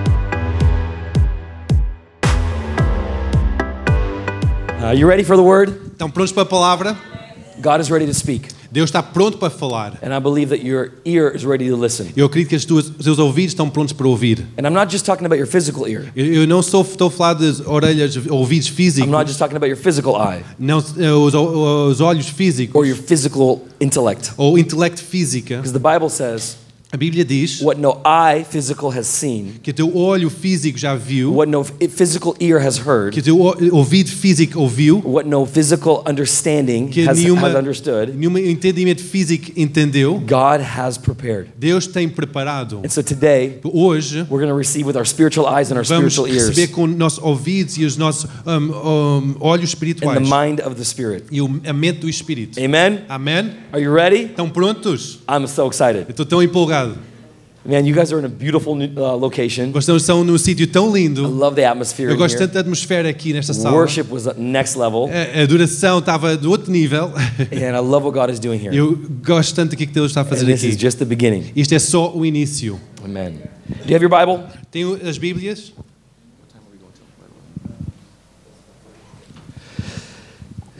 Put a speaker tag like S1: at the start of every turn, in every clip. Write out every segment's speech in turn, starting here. S1: Are Uh, you ready for the word?
S2: Estão prontos para a palavra?
S1: God is ready to speak,
S2: Deus está pronto para falar.
S1: and I believe that your ear is ready to listen.
S2: Eu acredito que as tuas, os teus ouvidos estão prontos para ouvir.
S1: And I'm not just talking about your physical ear.
S2: Eu, eu não sou, estou a falar das orelhas, ouvidos físicos,
S1: I'm not just talking about your physical eye
S2: não, eh, os, o- os olhos
S1: or
S2: físicos
S1: your physical intellect.
S2: ou intelecto física.
S1: Because the Bible says,
S2: A Bíblia diz
S1: what no eye physical has seen,
S2: que o teu olho físico já viu,
S1: what no f- physical ear has
S2: que
S1: heard,
S2: o teu o- ouvido físico ouviu,
S1: what no physical understanding
S2: que
S1: has,
S2: nenhuma,
S1: has understood,
S2: nenhum entendimento físico entendeu.
S1: God has prepared.
S2: Deus tem preparado.
S1: And so today,
S2: Hoje
S1: we're going to receive with our spiritual eyes and our
S2: vamos
S1: spiritual
S2: receber
S1: ears
S2: com os nossos ouvidos e os nossos hum, hum,
S1: and
S2: olhos
S1: the
S2: espirituais
S1: mind of the Spirit.
S2: e o- a mente do Espírito.
S1: Amen?
S2: Amém?
S1: Are you ready?
S2: Estão prontos?
S1: I'm so
S2: Eu
S1: excited.
S2: estou tão empolgado.
S1: Man, you guys are in a beautiful new, uh, location.
S2: Vocês estão num sítio tão
S1: I
S2: lindo.
S1: love the atmosphere
S2: Eu
S1: in
S2: gosto
S1: here.
S2: tanto da atmosfera aqui nesta sala.
S1: Worship was at next level,
S2: A, a duração estava do outro nível.
S1: and I love what God is doing here.
S2: Eu gosto tanto do que que Deus está a
S1: And
S2: fazer
S1: this is
S2: aqui.
S1: just the beginning.
S2: Isto é só o início.
S1: Amen. Do you have your Bible?
S2: Tem o- as Bíblias?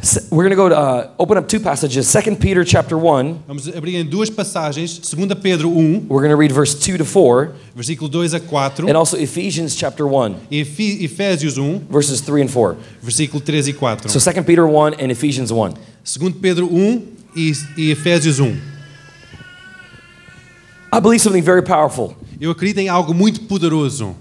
S1: S- We're going to go to uh, open up two passages. 2 Peter chapter 1.
S2: Vamos abrir em duas passagens. 2 Pedro 1,
S1: We're going to read verse 2 to 4,
S2: versículo 2 a 4.
S1: and also Ephesians chapter 1,
S2: E Efe- Efésios 1,
S1: verses 3 and 4.
S2: versículo 3 e 4.
S1: So 2 Peter 1 and Ephesians 1.
S2: 2 Pedro 1 e, e Efésios 1.
S1: I believe something very powerful.
S2: Eu acredito em algo muito poderoso.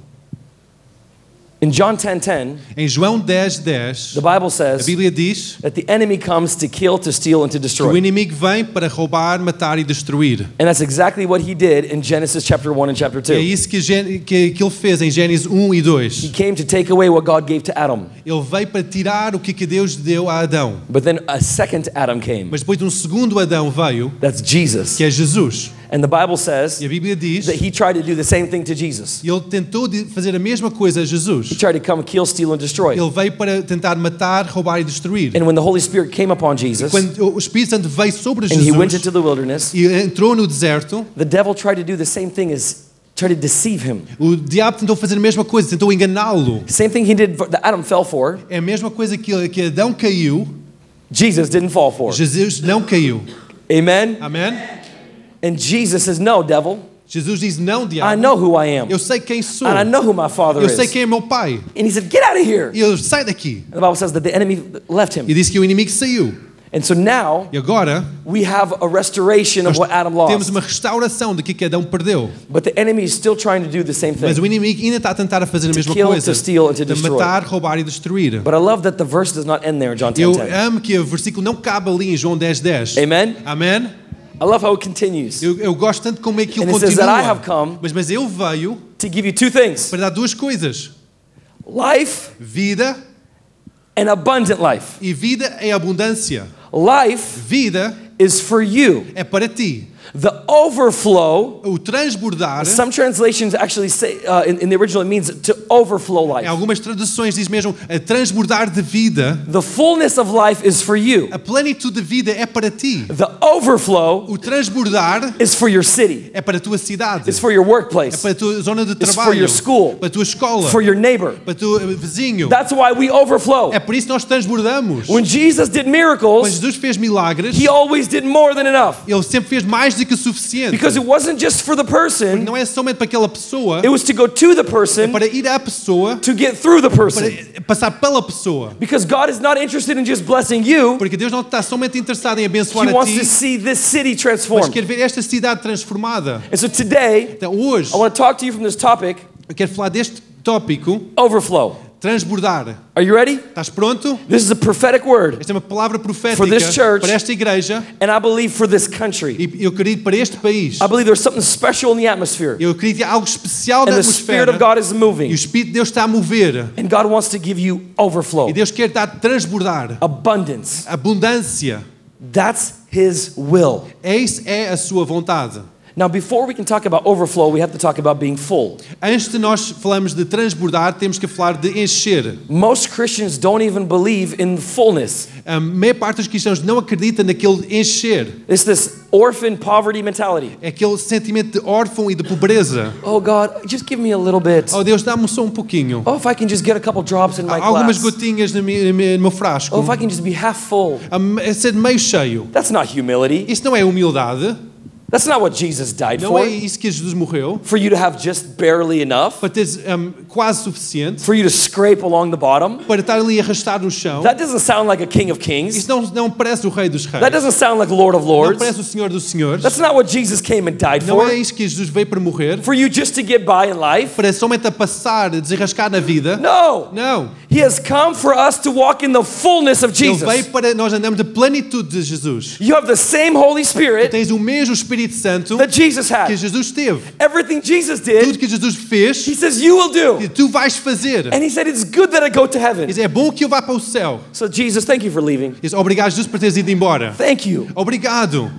S1: In John 10 10,
S2: Em João 10, 10,
S1: the Bible
S2: a
S1: says
S2: Bíblia diz
S1: that the enemy comes to kill, to steal, and to
S2: que o
S1: destroy.
S2: inimigo vem para roubar, matar e destruir.
S1: And that's exactly what he did in Genesis chapter 1 and chapter
S2: É
S1: 2.
S2: isso que, Gen- que, que ele fez em Gênesis 1 e 2.
S1: He came to take away what God gave to Adam.
S2: Ele veio para tirar o que, que Deus deu a Adão.
S1: But then a second Adam came.
S2: Mas depois um segundo Adão veio,
S1: That's Jesus.
S2: que é Jesus.
S1: And the Bible
S2: E
S1: says
S2: a Bíblia diz
S1: that
S2: que
S1: he tried to do the same thing to Jesus.
S2: ele tentou de- fazer a mesma coisa a
S1: He
S2: Jesus.
S1: tried to come kill, steal, and destroy.
S2: Ele veio para tentar matar, roubar e destruir.
S1: And when the Holy Spirit came upon Jesus and
S2: Quando o Espírito Santo veio sobre
S1: he went into
S2: Jesus
S1: the wilderness,
S2: e entrou no deserto,
S1: the devil tried to do the same thing as try to deceive him.
S2: o diabo tentou fazer a mesma coisa, tentou enganá-lo.
S1: Same thing he did for- that Adam fell for,
S2: É a mesma coisa que, que Adão caiu,
S1: Jesus didn't fall for.
S2: Jesus não caiu.
S1: Amen.
S2: Amém?
S1: And Jesus says, "No, devil,
S2: Jesus diz: Não,
S1: I
S2: diabo.
S1: know who I am,
S2: Eu
S1: and
S2: sei quem sou.
S1: I know who my Father
S2: Eu sei
S1: is."
S2: quem é meu pai.
S1: And he said, "Get out of here."
S2: E eu sai daqui.
S1: And the Bible says that the enemy left him.
S2: E disse que o inimigo saiu.
S1: And so now
S2: E agora
S1: we have a restoration of
S2: nós
S1: what Adam lost.
S2: temos uma restauração do que cada um perdeu.
S1: But the enemy is still trying to do the same
S2: Mas
S1: thing.
S2: o inimigo ainda está a tentar a fazer a mesma
S1: kill,
S2: coisa.
S1: to steal and to
S2: de
S1: destroy.
S2: matar, roubar e destruir.
S1: But I love that the verse does not end there in John 10,
S2: Eu amo que o versículo não cabe ali em João 10, 10.
S1: Amen?
S2: Amém?
S1: I love how it continues
S2: Eu, eu gosto tanto como é que ele
S1: And it says
S2: continua.
S1: that I have come-
S2: mas, mas eu veio
S1: to give you two things
S2: para dar duas coisas.
S1: life
S2: Vida
S1: and abundant life.
S2: e vida em abundância.
S1: Life
S2: Vida
S1: is for you,
S2: é para ti.
S1: the overflow.
S2: O transbordar,
S1: Some translations actually say, uh, in, in the original, it means to overflow
S2: em
S1: life.
S2: algumas traduções diz mesmo, a transbordar de vida,
S1: The fullness of life is for you,
S2: a plenitude de vida é para ti.
S1: the overflow
S2: O transbordar
S1: is for your city,
S2: é para a tua cidade, é
S1: it's for your workplace,
S2: para a tua zona de
S1: It's for
S2: trabalho,
S1: your school.
S2: para a tua escola,
S1: for your neighbor.
S2: para o teu eh, vizinho.
S1: That's why we overflow.
S2: É por isso que nós transbordamos.
S1: When Jesus did
S2: Quando
S1: miracles,
S2: Jesus fez milagres,
S1: he always did more than enough.
S2: ele sempre fez mais do que o suficiente.
S1: Because it wasn't just for the person,
S2: Não é somente para aquela pessoa,
S1: it was to go to the person
S2: para ir à pessoa,
S1: to get through the person.
S2: para passar pela pessoa.
S1: Because God is not interested in just blessing you,
S2: Porque Deus não está somente interessado em abençoar
S1: He
S2: a
S1: wants
S2: ti,
S1: to see this city
S2: mas
S1: transformed.
S2: quer ver esta cidade transformada.
S1: And so today,
S2: Então hoje,
S1: I want to talk to you from this topic
S2: eu quero falar deste tópico,
S1: overflow.
S2: transbordar.
S1: Are you ready?
S2: Estás pronto?
S1: This is a prophetic word,
S2: Esta é uma palavra profética
S1: For this church.
S2: para esta igreja
S1: and I believe for this country.
S2: e eu acredito para este país.
S1: I believe there's something special in the atmosphere,
S2: Eu acredito que há algo especial
S1: and
S2: na
S1: the Spirit
S2: atmosfera
S1: of God is
S2: e o
S1: moving,
S2: Espírito de Deus está a mover.
S1: and God wants to give you overflow,
S2: E Deus quer dar transbordar,
S1: abundance.
S2: abundância.
S1: That's His will.
S2: Eis é a sua vontade.
S1: Now, before we can talk about overflow, we have to talk about being full.
S2: Antes de nós falarmos de transbordar, temos que falar de encher.
S1: Most Christians don't even believe in fullness.
S2: A maior parte dos cristãos não acredita naquele encher.
S1: It's this orphan poverty mentality.
S2: É aquele sentimento de órfão e de pobreza.
S1: Oh God, just give me a little bit.
S2: Oh Deus, dá-me só um pouquinho.
S1: Oh, if I can just get a couple drops in my
S2: Algumas
S1: glass.
S2: gotinhas no mi- no mi- no meu frasco.
S1: Oh, if I can just be half full.
S2: A m- É ser meio cheio.
S1: That's not humility.
S2: Isso não é humildade.
S1: That's not what Jesus died
S2: Não
S1: for.
S2: é isso que Jesus morreu.
S1: For you to have just barely enough,
S2: Para teres hum, quase suficiente.
S1: for you to scrape along the bottom.
S2: Para estar ali a arrastar no chão.
S1: That doesn't sound like a king of kings.
S2: Isso não, não parece o rei dos
S1: That
S2: reis.
S1: doesn't sound like Lord of
S2: Não
S1: Lords.
S2: parece o senhor dos senhores.
S1: That's not what Jesus came and died
S2: Não
S1: for.
S2: é isso que Jesus veio para morrer.
S1: For you just to get by in life.
S2: Para somente a passar, a desenrascar na vida.
S1: No.
S2: Não.
S1: He has come for us to walk in the fullness of
S2: Ele veio
S1: Jesus.
S2: para nós andarmos da plenitude de Jesus.
S1: You have the same Holy Spirit
S2: Tens o mesmo Espírito Santo
S1: that Jesus
S2: que
S1: had.
S2: Jesus teve.
S1: Everything Jesus
S2: Tudo
S1: did,
S2: que Jesus
S1: he
S2: fez,
S1: says you will do.
S2: que tu vais fazer.
S1: And he said it's good that I go to heaven.
S2: Diz, é bom que eu vá para o céu.
S1: So Jesus, thank you for leaving.
S2: Diz, obrigado Jesus por teres ido embora.
S1: Thank you.
S2: Obrigado.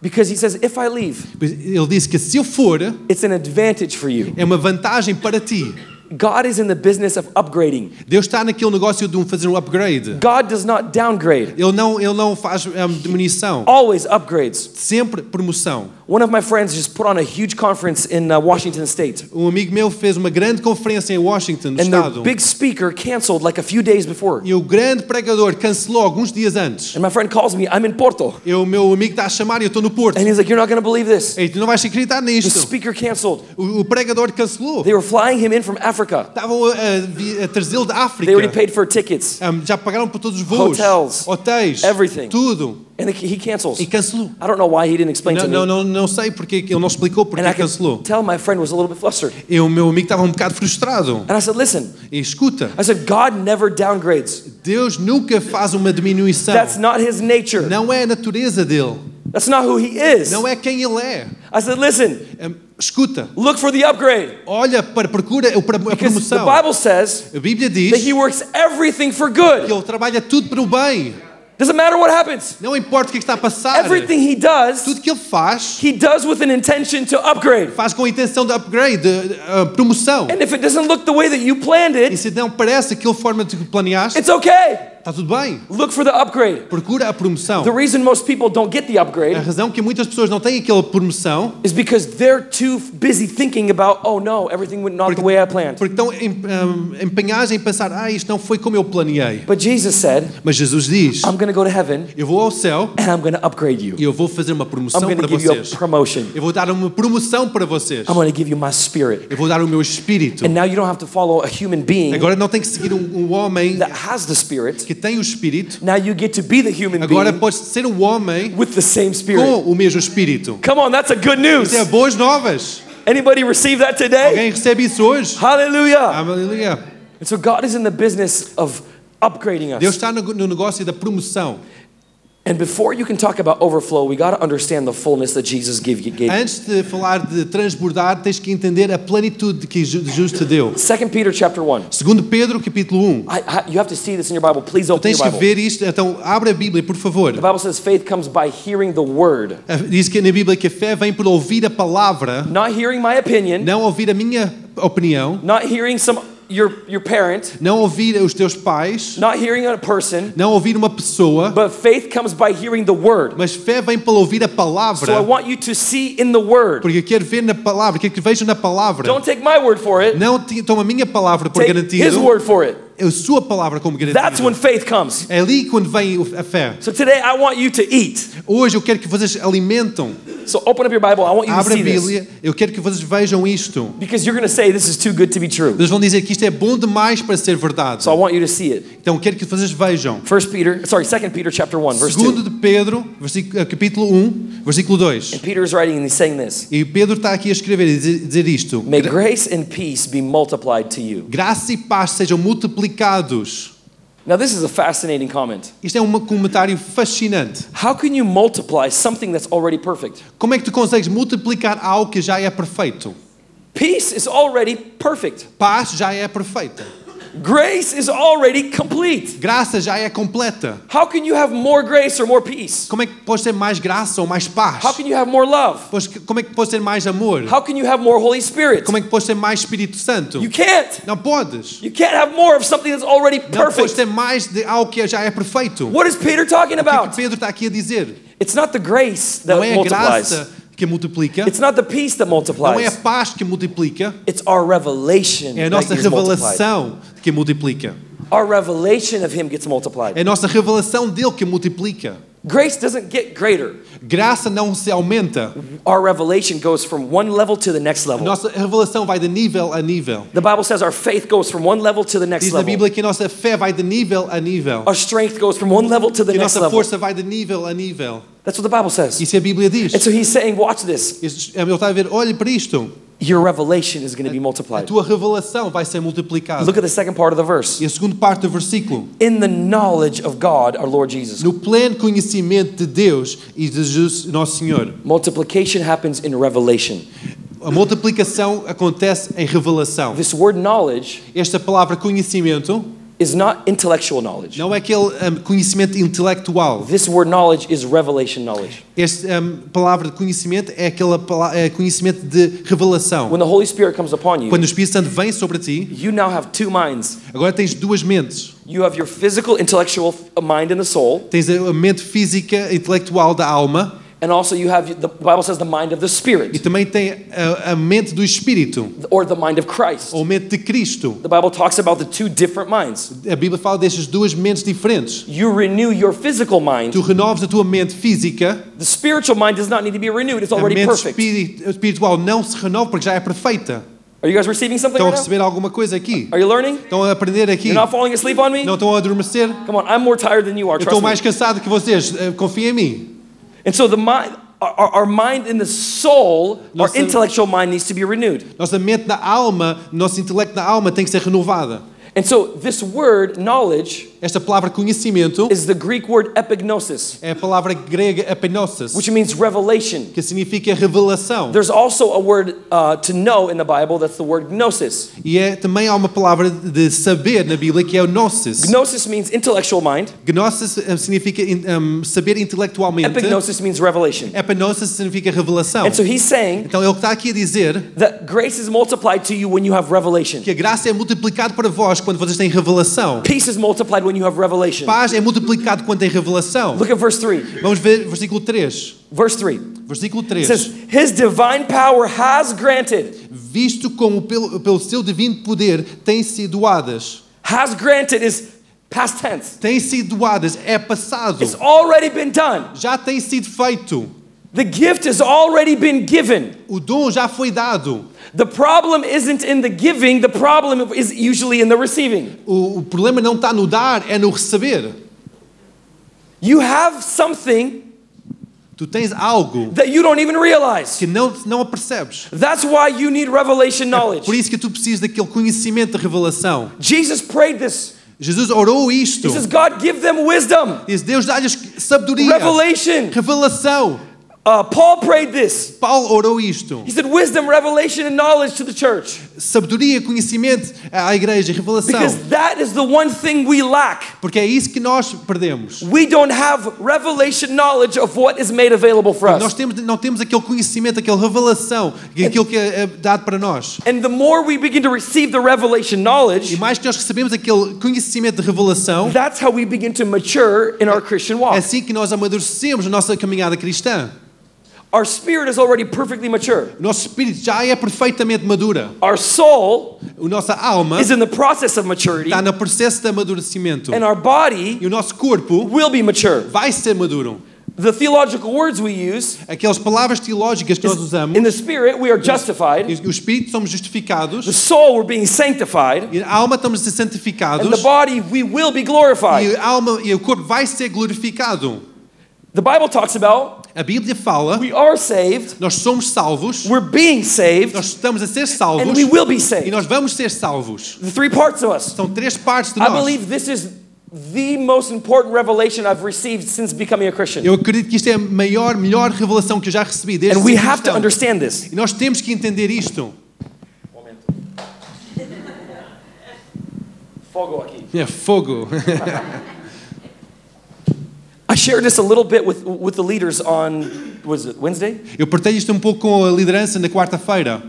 S1: Because he says if I leave,
S2: Pois Ele disse que se eu for,
S1: it's an advantage for you.
S2: é uma vantagem para ti.
S1: God is in the business of upgrading.
S2: Deus está naquele negócio de um fazer um upgrade.
S1: God does not downgrade.
S2: Ele não, ele não faz hum, diminuição.
S1: Always upgrades.
S2: Sempre promoção.
S1: One of my friends just put on a huge conference in uh, Washington state.
S2: Um amigo meu fez uma grande conferência em Washington, no
S1: And their
S2: estado.
S1: big speaker canceled like a few days before.
S2: E o grande pregador cancelou alguns dias antes.
S1: And my friend calls me, I'm in Porto.
S2: E o meu amigo está a chamar e eu estou no Porto.
S1: And he's like, You're not going to believe this.
S2: Ei, tu não vais acreditar
S1: The
S2: nisto.
S1: speaker canceled.
S2: O, o pregador cancelou.
S1: They were flying him in from Africa.
S2: Estavam a, a vi- a trazê-lo da África.
S1: They already paid for tickets.
S2: Ahm, já pagaram por todos os voos.
S1: Hotels.
S2: Hotéis.
S1: Everything.
S2: Tudo.
S1: And he- he cancels.
S2: E cancelou.
S1: I don't know why he didn't explain
S2: Não,
S1: to me.
S2: não, não, não sei porque é ele não explicou porque
S1: And I
S2: cancelou.
S1: could tell my friend was a little bit flustered.
S2: E o meu amigo estava um bocado frustrado.
S1: And I said, Listen,
S2: E escuta,
S1: I said, God never downgrades.
S2: Deus nunca faz uma diminuição.
S1: That's not his nature.
S2: Não é a natureza dele.
S1: That's not who he is.
S2: Não é quem ele é.
S1: I said, Listen,
S2: Ahm, escuta,
S1: look for the upgrade.
S2: olha para procura o pra- a
S1: Because the
S2: promoção.
S1: Bible says
S2: A Bíblia
S1: that
S2: diz
S1: he
S2: que
S1: works everything for good.
S2: ele trabalha tudo para o bem.
S1: Doesn't matter what happens.
S2: Não importa o que é que está a passar.
S1: Everything he does,
S2: Tudo que ele faz
S1: he does with an intention to upgrade.
S2: faz com a intenção de upgrade, de, de, uh, promoção.
S1: And if it doesn't look the way that you planned
S2: E
S1: it,
S2: se não parece aquela forma de que planeaste,
S1: it's okay.
S2: está tudo bem.
S1: Look for the upgrade.
S2: Procura a promoção.
S1: The reason most people don't get the
S2: A
S1: upgrade
S2: razão que muitas pessoas não têm aquela promoção
S1: is because they're too f- busy thinking about, oh no, everything went not the way I planned.
S2: porque estão em- ahm, empenhados em pensar, ah, isto não foi como eu planeei.
S1: But Jesus said,
S2: Mas Jesus diz,
S1: I'm going to go to heaven
S2: eu vou ao céu
S1: and I'm going to upgrade you.
S2: e eu vou fazer uma
S1: I'm
S2: promoção
S1: going to
S2: para
S1: give you a
S2: vocês.
S1: promotion.
S2: Eu vou dar uma promoção para vocês.
S1: I'm going to give you my spirit.
S2: Eu vou dar o meu espírito.
S1: And now you don't have to follow a human being
S2: Agora não tem que seguir um, um homem
S1: that has the spirit.
S2: que tem o espírito.
S1: Now you get to be the human
S2: Agora
S1: being
S2: pode ser um homem
S1: with the same spirit.
S2: com o mesmo espírito.
S1: Come on, that's a good news.
S2: Isso é boas novas.
S1: Anybody receive that today?
S2: Alguém recebe isso hoje?
S1: Hallelujah.
S2: Aleluia.
S1: And so God is in the business of upgrading us.
S2: Deus está no, no negócio da promoção.
S1: And before you can talk about overflow, we got to understand the fullness that Jesus give, gave.
S2: Antes de falar de transbordar, tens que entender a plenitude que Ju- Jesus te deu.
S1: Second Peter chapter one.
S2: Segundo Pedro, capítulo 1.
S1: I, I, you have to see this in your Bible. Please open your
S2: Tens que
S1: Bible.
S2: ver isto, então abre a Bíblia, por favor.
S1: The Bible says faith comes by hearing the word,
S2: Diz que na Bíblia que a fé vem por ouvir a palavra,
S1: not hearing my opinion,
S2: não ouvir a minha opinião,
S1: not hearing some your your parent,
S2: não ouvir os teus pais,
S1: not hearing a person.
S2: não ouvir uma pessoa,
S1: But faith comes by hearing the word.
S2: mas fé vem pelo ouvir a
S1: So I
S2: palavra,
S1: want you to see in the word.
S2: porque eu quero ver na palavra, quero que vejam na palavra.
S1: Don't take my word for it.
S2: Não te- toma a minha palavra por
S1: Take his
S2: garantido, é
S1: word for it.
S2: a sua palavra como
S1: That's
S2: garantida.
S1: when faith comes.
S2: É ali quando vem o- a fé.
S1: So today I want you to eat.
S2: Hoje eu quero que vocês alimentam.
S1: So open up your Bible. I want you to
S2: Abra a
S1: see this
S2: Bíblia. Eu quero que vocês vejam isto.
S1: because you're going to say this is too good to be true.
S2: Eles vão dizer que isto é bom demais para ser verdade.
S1: So I want you to see it.
S2: Então eu quero que vocês vejam.
S1: First Peter, sorry, Second Peter chapter 1 verse 2.
S2: Segundo de Pedro, versículo- eh, capítulo 1, versículo 2.
S1: And Peter is writing and he's saying this.
S2: E Pedro está aqui a escrever e dizer- dizer isto.
S1: May grace and peace be multiplied to you.
S2: Graça e paz sejam multiplicados.
S1: Now this is a fascinating comment.
S2: Isto é um comentário fascinante.
S1: How can you multiply something that's already perfect?
S2: Como é que tu consegues multiplicar algo que já é perfeito?
S1: Peace is already perfect.
S2: Paz já é perfeita.
S1: Grace is already complete.
S2: Graça já é completa.
S1: How can you have more grace or more peace?
S2: Como é que pode ter mais graça ou mais paz?
S1: How can you have more love?
S2: Pois que- Como é que pode ter mais amor?
S1: How can you have more Holy Spirit?
S2: Como é que pode ter mais Espírito Santo?
S1: You can't.
S2: Não podes.
S1: You can't have more of something that's already
S2: Não podes
S1: perfect.
S2: ter mais de algo que já é perfeito.
S1: What is Peter talking
S2: O que que
S1: about?
S2: Pedro está aqui a dizer?
S1: It's not the grace that
S2: Não é a
S1: multiplies.
S2: graça que multiplica,
S1: It's not the peace that
S2: não é a
S1: multiplies.
S2: paz que multiplica,
S1: It's our revelation
S2: é
S1: that
S2: a nossa
S1: gets multiplied.
S2: revelação que multiplica.
S1: Our revelation of him gets
S2: É
S1: multiplied.
S2: a nossa revelação dele que multiplica.
S1: Grace doesn't get greater.
S2: Graça não se aumenta.
S1: Our revelation goes from one level to the next
S2: A
S1: level.
S2: nossa revelação vai de nível a nível.
S1: The Bible says our faith goes from one level to the next
S2: Diz na
S1: level.
S2: Bíblia que a nossa fé vai de nível a nível.
S1: Our strength goes from one level to the
S2: Que a
S1: next
S2: nossa
S1: level.
S2: força vai de nível a nível.
S1: That's what the Bible says.
S2: Isso é a Bíblia diz.
S1: And so he's saying, watch this.
S2: Isso- Ele está a ver, olhe para isto.
S1: Your revelation is going to be
S2: A
S1: multiplied.
S2: tua revelação vai ser multiplicada.
S1: Look at the second part of the verse.
S2: E a segunda parte do versículo.
S1: In the knowledge of God, our Lord Jesus.
S2: No pleno conhecimento de Deus e de Jesus Nosso Senhor.
S1: Multiplication happens in revelation.
S2: A multiplicação acontece em revelação.
S1: This word knowledge
S2: Esta palavra conhecimento
S1: is not intellectual knowledge.
S2: não é aquele hum, conhecimento intelectual.
S1: This word knowledge is revelation knowledge.
S2: Esta hum, palavra de conhecimento é aquele é conhecimento de revelação.
S1: When the Holy Spirit comes upon you,
S2: Quando o Espírito Santo vem sobre ti,
S1: you now have two minds.
S2: agora tens duas mentes.
S1: You have your physical, intellectual f- uh, mind and the soul,
S2: Tens a mente física, intelectual da alma
S1: and also you have the the Bible says the mind of the
S2: e
S1: Spirit
S2: também tem a, a mente do Espírito,
S1: or the mind of Christ.
S2: ou mente de Cristo.
S1: The Bible talks about the two different minds.
S2: A Bíblia fala destas duas mentes diferentes.
S1: You renew your physical mind.
S2: Tu renovas a tua mente física
S1: The spiritual mind does not need to be renewed. It's
S2: A
S1: already
S2: mente
S1: perfect.
S2: espiri- espiritual não se renova porque já é perfeita.
S1: Are you guys receiving something
S2: Estão a
S1: right now?
S2: receber alguma coisa aqui?
S1: Are you learning?
S2: Estão a aprender aqui?
S1: You're not falling asleep on me?
S2: Não estão a adormecer?
S1: Come on, I'm more tired than you are.
S2: Eu estou
S1: Trust me.
S2: mais cansado que vocês. eh, Confia em mim.
S1: And so the mind, our, our- our mind and the soul, our
S2: Nossa-
S1: intellectual mind needs to be renewed.
S2: Nossa mente da alma, nosso intelecto da alma tem que ser renovada.
S1: And so this word knowledge
S2: Esta palavra conhecimento
S1: is the Greek word epignosis,
S2: é a palavra grega apenosas,
S1: which means revelation.
S2: que significa revelação.
S1: There's also a word uh, to know in the Bible. That's the word gnosis.
S2: E é, também há uma palavra de saber na Bíblia que é o gnosis.
S1: Gnosis means intellectual mind.
S2: Gnosis eh, significa in- ehm, saber intelectualmente.
S1: Epignosis means revelation.
S2: Apenosas significa revelação.
S1: And so he's saying
S2: Então ele está aqui a dizer
S1: that grace is multiplied to you when you have revelation.
S2: que a graça é multiplicada para vós quando vocês têm revelação.
S1: Peace is multiplied when you have revelation.
S2: Paz é multiplicado quando tem revelação.
S1: Look at verse 3.
S2: Vamos ver versículo 3.
S1: Verse 3.
S2: Versículo
S1: It
S2: 3.
S1: says, His divine power has granted.
S2: Visto como pelo, pelo seu divino poder têm sido doadas.
S1: Has granted is past tense.
S2: Têm sido doadas. É passado.
S1: It's already been done.
S2: Já tem sido feito.
S1: The gift has already been given.
S2: O dom já foi dado.
S1: The problem isn't in the giving, the problem is usually in the receiving.
S2: O, o problema não está no dar, é no receber.
S1: You have something
S2: Tu tens algo
S1: that you don't even realize.
S2: que não, não a percebes.
S1: That's why you need revelation knowledge.
S2: Por isso que tu precisas daquele conhecimento da revelação.
S1: Jesus prayed this.
S2: Jesus orou isto.
S1: He says, God, give them wisdom,
S2: Diz Deus dá-lhes sabedoria.
S1: revelation.
S2: Revelação.
S1: Uh, Paul prayed this.
S2: Paulo orou isto.
S1: He said, wisdom, revelation, and knowledge to the church.
S2: Sabedoria, conhecimento à igreja, revelação.
S1: Because that is the one thing we lack.
S2: Porque é isso que nós perdemos.
S1: We don't have revelation knowledge of what is made available for
S2: Nós
S1: us.
S2: temos, não temos aquele conhecimento, aquela revelação, aquilo que é é dado para nós.
S1: And the more we begin to receive the revelation
S2: E
S1: knowledge,
S2: mais que nós recebemos aquele conhecimento de revelação,
S1: that's how we begin to mature in our Christian
S2: é
S1: walk.
S2: assim que nós amadurecemos a nossa caminhada cristã.
S1: Our spirit is already perfectly mature.
S2: O nosso espírito já é perfeitamente madura.
S1: Our soul
S2: A nossa alma
S1: is in the process of maturity,
S2: está no processo de amadurecimento.
S1: and our body
S2: E o nosso corpo
S1: will be mature.
S2: vai ser maduro.
S1: The theological words we use
S2: Aquelas palavras teológicas que nós
S1: is
S2: usamos,
S1: in the spirit, we are justified.
S2: o espírito somos justificados.
S1: The soul, we're being sanctified.
S2: E a alma estamos a ser
S1: And the
S2: santificados
S1: body, we will be glorified.
S2: e a alma e o corpo vai ser glorificado.
S1: The Bible talks about
S2: A Bíblia fala,
S1: we are saved.
S2: nós somos salvos,
S1: We're being saved
S2: nós estamos a ser
S1: and
S2: salvos
S1: we will be
S2: e
S1: saved.
S2: nós vamos ser salvos.
S1: The three parts of us.
S2: São três partes de
S1: I
S2: nós.
S1: believe this is the most important revelation I've received since becoming a Christian.
S2: Eu acredito que isto é a maior, melhor revelação que eu já recebi desde
S1: And we
S2: ser
S1: have to
S2: cristão.
S1: understand this.
S2: E nós temos que entender isto.
S1: Fogo aqui.
S2: É fogo.
S1: I shared this a little bit with, with the leaders on, was it Wednesday?
S2: Eu partilho isto um pouco com a liderança na quarta-feira.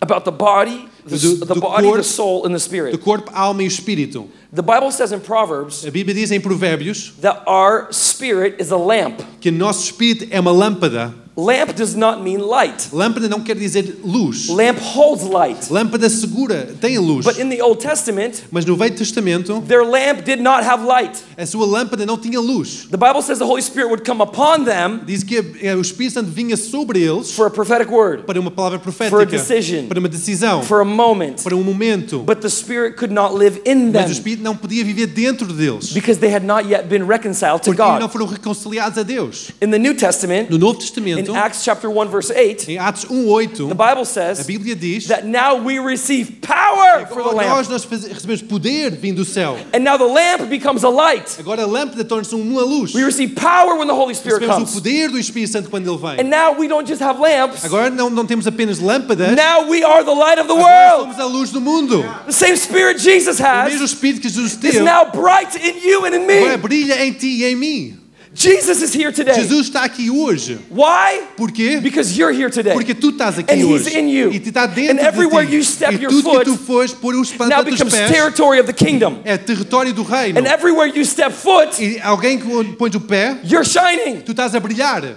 S1: About the body, the,
S2: Do-
S1: the
S2: do
S1: body, the
S2: corpo-
S1: soul, and the
S2: Do
S1: spirit.
S2: corpo, alma e espírito.
S1: The Bible says in Proverbs
S2: A Bíblia diz em Provérbios
S1: that our spirit is a lamp.
S2: que o nosso espírito é uma lâmpada.
S1: Lamp does not mean light.
S2: Lâmpada não quer dizer luz.
S1: Lamp holds light.
S2: Lâmpada segura, tem luz.
S1: But in the Old Testament,
S2: Mas no Velho Testamento,
S1: their lamp did not have light.
S2: a sua lâmpada não tinha luz.
S1: The Bible says the Holy Spirit would come upon them
S2: Diz que eh, o Espírito Santo vinha sobre eles
S1: for a prophetic word,
S2: para uma palavra
S1: For a
S2: profética,
S1: decision.
S2: para uma decisão,
S1: for a moment.
S2: para um momento.
S1: But the Spirit could not live in
S2: Mas o
S1: them
S2: Espírito não podia viver dentro deles,
S1: because they had not yet been reconciled to
S2: porque ainda não
S1: God.
S2: foram reconciliados a Deus.
S1: In the New Testament,
S2: No Novo
S1: in
S2: Testamento,
S1: Acts chapter 1 verse 8,
S2: em Atos 1:8,
S1: the Bible
S2: a
S1: says
S2: Bíblia diz
S1: that now we receive power for the
S2: nós
S1: lamp.
S2: nós faze- recebemos poder vindo do céu.
S1: And now the lamp becomes a light.
S2: Agora a lâmpada torna-se uma luz.
S1: We receive power when the Holy Spirit
S2: Recebemos o
S1: comes.
S2: poder do Espírito Santo quando ele vem.
S1: And now we don't just have lamps.
S2: Agora não, não temos apenas lâmpadas,
S1: Now we are the light of the
S2: agora
S1: world.
S2: somos a luz do mundo.
S1: The same spirit Jesus
S2: O
S1: has
S2: mesmo Espírito que Jesus
S1: is
S2: teve
S1: now bright in you and in
S2: agora
S1: me.
S2: brilha em ti e em mim.
S1: Jesus is here today.
S2: Jesus está aqui hoje.
S1: Why?
S2: Porquê?
S1: Because you're here today.
S2: Porque tu estás aqui
S1: And he's
S2: hoje.
S1: in you.
S2: E tu está
S1: And
S2: dentro
S1: everywhere
S2: de ti.
S1: you step
S2: e
S1: your
S2: tudo
S1: foot
S2: que tu fores um pôr os
S1: Now
S2: plantas dos
S1: becomes
S2: pés
S1: territory of the kingdom.
S2: é território do reino.
S1: And everywhere you step foot,
S2: E alguém que onde pões o pé,
S1: you're shining.
S2: tu estás a brilhar.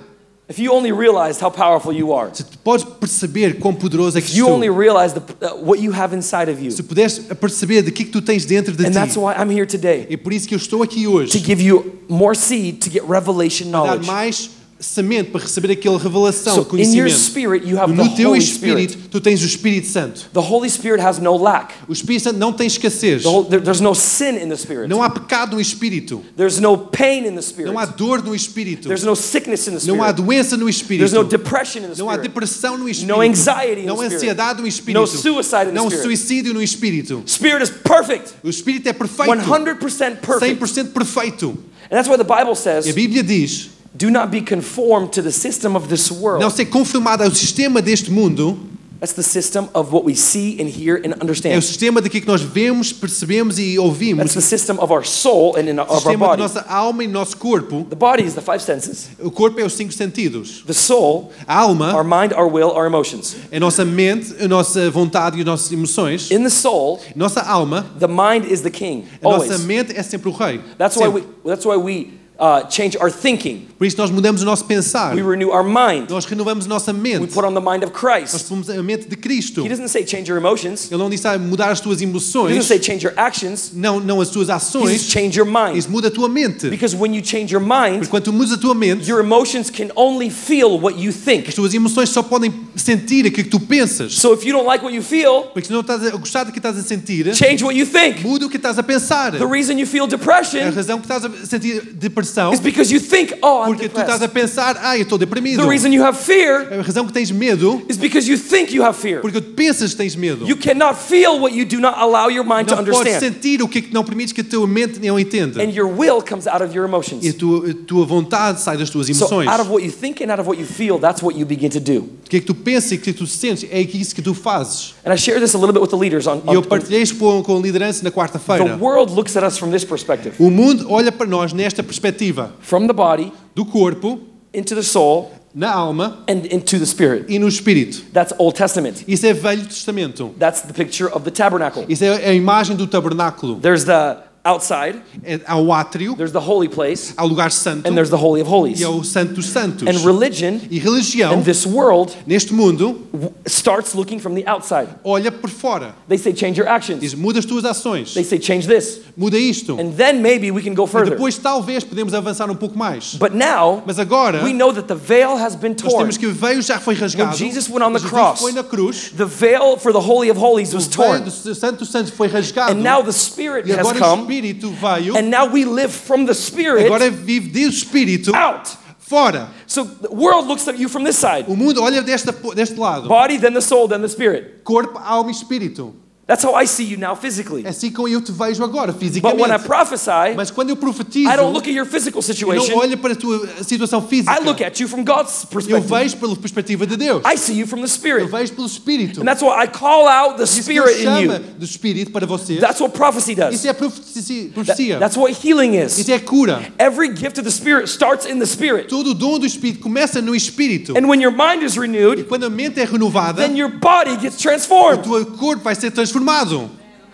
S1: If you only realized how powerful you are,
S2: Se tu podes perceber quão poderoso é que
S1: if you
S2: tu
S1: only realize the, uh, what you have inside of you.
S2: se puderes perceber de que que tu tens dentro de
S1: And that's
S2: ti.
S1: why I'm here today
S2: É por isso que eu estou aqui
S1: to
S2: hoje,
S1: give you more seed to get revelation
S2: para dar
S1: knowledge.
S2: mais semente para receber aquela revelação,
S1: So in your
S2: conhecimento.
S1: spirit, you have the
S2: No teu
S1: Holy Spirit.
S2: espírito, tu tens o Espírito Santo.
S1: The Holy Spirit has no lack.
S2: O Espírito Santo não tem escassez.
S1: The whole, there- there's no sin in the Spirit.
S2: Não há pecado no Espírito.
S1: There's no pain in the Spirit.
S2: Não há dor no Espírito.
S1: There's no sickness in the
S2: Não há
S1: Spirit.
S2: doença no Espírito.
S1: There's no depression in the
S2: Não há
S1: Spirit.
S2: depressão no Espírito.
S1: No anxiety in
S2: Não
S1: the
S2: há
S1: Spirit.
S2: ansiedade no Espírito.
S1: No suicide in the
S2: Não há
S1: Spirit.
S2: suicídio no Espírito.
S1: Spirit is perfect.
S2: O Espírito é perfeito.
S1: 100% perfect.
S2: 100% perfeito.
S1: And that's why the Bible
S2: E a
S1: says,
S2: Bíblia diz,
S1: do not be conformed to the system of this
S2: não
S1: world.
S2: ser conformado ao sistema deste mundo,
S1: That's the system of what we see and hear and
S2: É o
S1: understand.
S2: sistema daquilo que nós vemos, percebemos e
S1: That's
S2: ouvimos.
S1: the system of our soul and in our,
S2: O
S1: of our
S2: sistema da
S1: body.
S2: nossa alma e nosso corpo.
S1: The body is the five senses.
S2: O corpo é os cinco sentidos.
S1: The soul,
S2: A
S1: our
S2: alma,
S1: mind, our will, our emotions.
S2: a nossa mente, a nossa vontade e as nossas emoções.
S1: In the soul,
S2: Nossa alma,
S1: the mind is the king.
S2: a nossa
S1: Always.
S2: mente é sempre o rei.
S1: That's why we,
S2: Sempre.
S1: that's why we uh, change our thinking.
S2: Por isso nós mudamos o nosso pensar.
S1: We renew our mind.
S2: Nós renovamos a nossa
S1: We
S2: mente.
S1: put on the mind of
S2: Nós
S1: Christ.
S2: pomos a mente de Cristo.
S1: He
S2: Ele
S1: doesn't say change your emotions.
S2: não disse ah, mudar as tuas
S1: He doesn't
S2: emoções,
S1: say change your actions.
S2: não, não as tuas
S1: He says
S2: ações.
S1: change your mind.
S2: Isso muda a tua mente.
S1: Because when you change your
S2: Porque
S1: mind,
S2: quando tu mudas a tua mente,
S1: your emotions can only feel what you
S2: as
S1: think.
S2: tuas emoções só podem sentir aquilo que tu pensas.
S1: So if you don't like what you feel,
S2: Porque se não estás a gostar do que estás a sentir,
S1: change what you think.
S2: muda o que estás a pensar.
S1: The reason you feel
S2: A
S1: depression
S2: razão que estás a sentir depressão
S1: is because you think, oh, I'm
S2: porque tu estás a
S1: depressed.
S2: pensar, ah, eu estou deprimido.
S1: The reason you have fear
S2: A razão que tens medo
S1: is because you think you have fear.
S2: porque tu pensas que tens medo.
S1: You cannot feel what you do not allow your mind to
S2: Não podes
S1: understand.
S2: sentir o que é que não permites que a tua mente não entenda.
S1: And your will comes out of your
S2: E a
S1: emotions.
S2: tua, a tua vontade sai das tuas
S1: So
S2: emoções.
S1: out of what you think and out of what you feel, that's what you begin to do.
S2: O que é que tu pensas e o que é que tu sentes é isso que tu fazes.
S1: And I share this a little bit with the leaders on,
S2: E eu
S1: on- on-
S2: partilhei isto com, com a liderança na
S1: the
S2: quarta-feira.
S1: world looks at us from this perspective.
S2: O mundo olha para nós nesta perspectiva
S1: From the body
S2: do corpo,
S1: into the soul
S2: na alma
S1: and into the spirit.
S2: e no espírito.
S1: That's Old Testament.
S2: Isso é Velho Testamento.
S1: That's the picture of the tabernacle.
S2: Isso é a imagem do tabernáculo.
S1: There's the outside,
S2: É- Há o átrio,
S1: there's the holy place,
S2: há o lugar santo
S1: and there's the holy of
S2: e
S1: holies.
S2: é o santo dos santos.
S1: And religion
S2: E religião,
S1: and this world
S2: neste mundo,
S1: w- starts looking from the outside.
S2: olha por fora.
S1: They say change your actions.
S2: Diz, muda as tuas ações,
S1: They say change this.
S2: muda isto.
S1: And then maybe we can go
S2: E
S1: further.
S2: depois talvez podemos avançar um pouco mais.
S1: But now
S2: Mas agora,
S1: we
S2: nós
S1: know that the veil has been torn.
S2: temos que o veio já foi rasgado.
S1: When Jesus went on the
S2: Jesus
S1: cross,
S2: foi na cruz,
S1: The veil for the holy of holies was
S2: o veio
S1: torn.
S2: do santo dos santos foi rasgado.
S1: And now the spirit
S2: e
S1: has
S2: agora o
S1: come.
S2: Espírito veio,
S1: And now we live from the
S2: agora
S1: spirit
S2: vive de Espírito
S1: out.
S2: fora.
S1: So the world looks at you from this side.
S2: O mundo olha desta, deste lado.
S1: Body, then the soul, then the spirit.
S2: Corpo, alma e espírito.
S1: That's how I see you now physically.
S2: É assim como eu te vejo agora,
S1: But when I
S2: fisicamente.
S1: prophesy, I
S2: Mas quando eu profetizo,
S1: don't look at your physical
S2: eu não
S1: situation.
S2: olho para a tua situação física.
S1: I look at you from God's
S2: Eu
S1: perspective.
S2: vejo pela perspectiva de Deus.
S1: I see you from the
S2: Eu
S1: Spirit.
S2: vejo pelo Espírito.
S1: And that's why I call out the
S2: Isso que Deus
S1: Spirit in
S2: chama
S1: you.
S2: do Espírito para você.
S1: That's what prophecy does.
S2: Isso é profecia.
S1: That-
S2: profecia.
S1: that's what healing is.
S2: Isso é cura.
S1: Every gift of the Spirit starts in the Spirit.
S2: Todo o dom do Espírito começa no Espírito.
S1: And when your mind is renewed,
S2: Quando a mente é renovada,
S1: then your body gets
S2: o
S1: transformed.
S2: teu corpo vai ser transformado.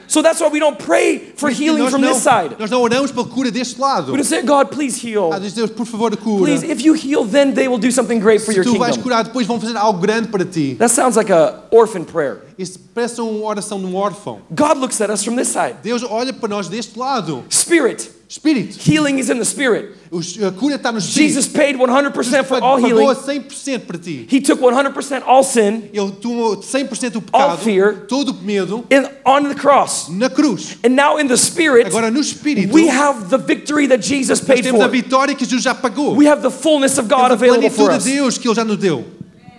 S1: So that's why we don't pray for healing
S2: nós,
S1: from
S2: não,
S1: this side.
S2: nós não oramos pela cura deste lado.
S1: We don't say, God, please
S2: Ah,
S1: heal.
S2: diz Deus, por favor, cura.
S1: Please, if you heal, then they will do something great for
S2: Se
S1: your
S2: tu vais
S1: kingdom.
S2: curar, depois vão fazer algo grande para ti.
S1: That sounds like a orphan prayer.
S2: Isso parece uma oração de um órfão.
S1: God looks at us from this side.
S2: Deus olha para nós deste lado.
S1: Spirit.
S2: Espírito.
S1: Healing is in the spirit.
S2: Os- A cura está no Espírito.
S1: Jesus paid 100% for all
S2: pagou a
S1: healing.
S2: 100% para ti.
S1: He took 100% all sin
S2: Ele tomou 100% o
S1: All
S2: pecado,
S1: fear.
S2: todo o medo,
S1: in, on the cross.
S2: na cruz.
S1: And now in the spirit,
S2: Agora no Espírito,
S1: we have the victory that Jesus
S2: nós
S1: paid
S2: temos a
S1: for.
S2: vitória que Jesus já pagou.
S1: We have the fullness of God
S2: Temos a
S1: available for
S2: plenitude
S1: us.
S2: de Deus que Ele já nos deu.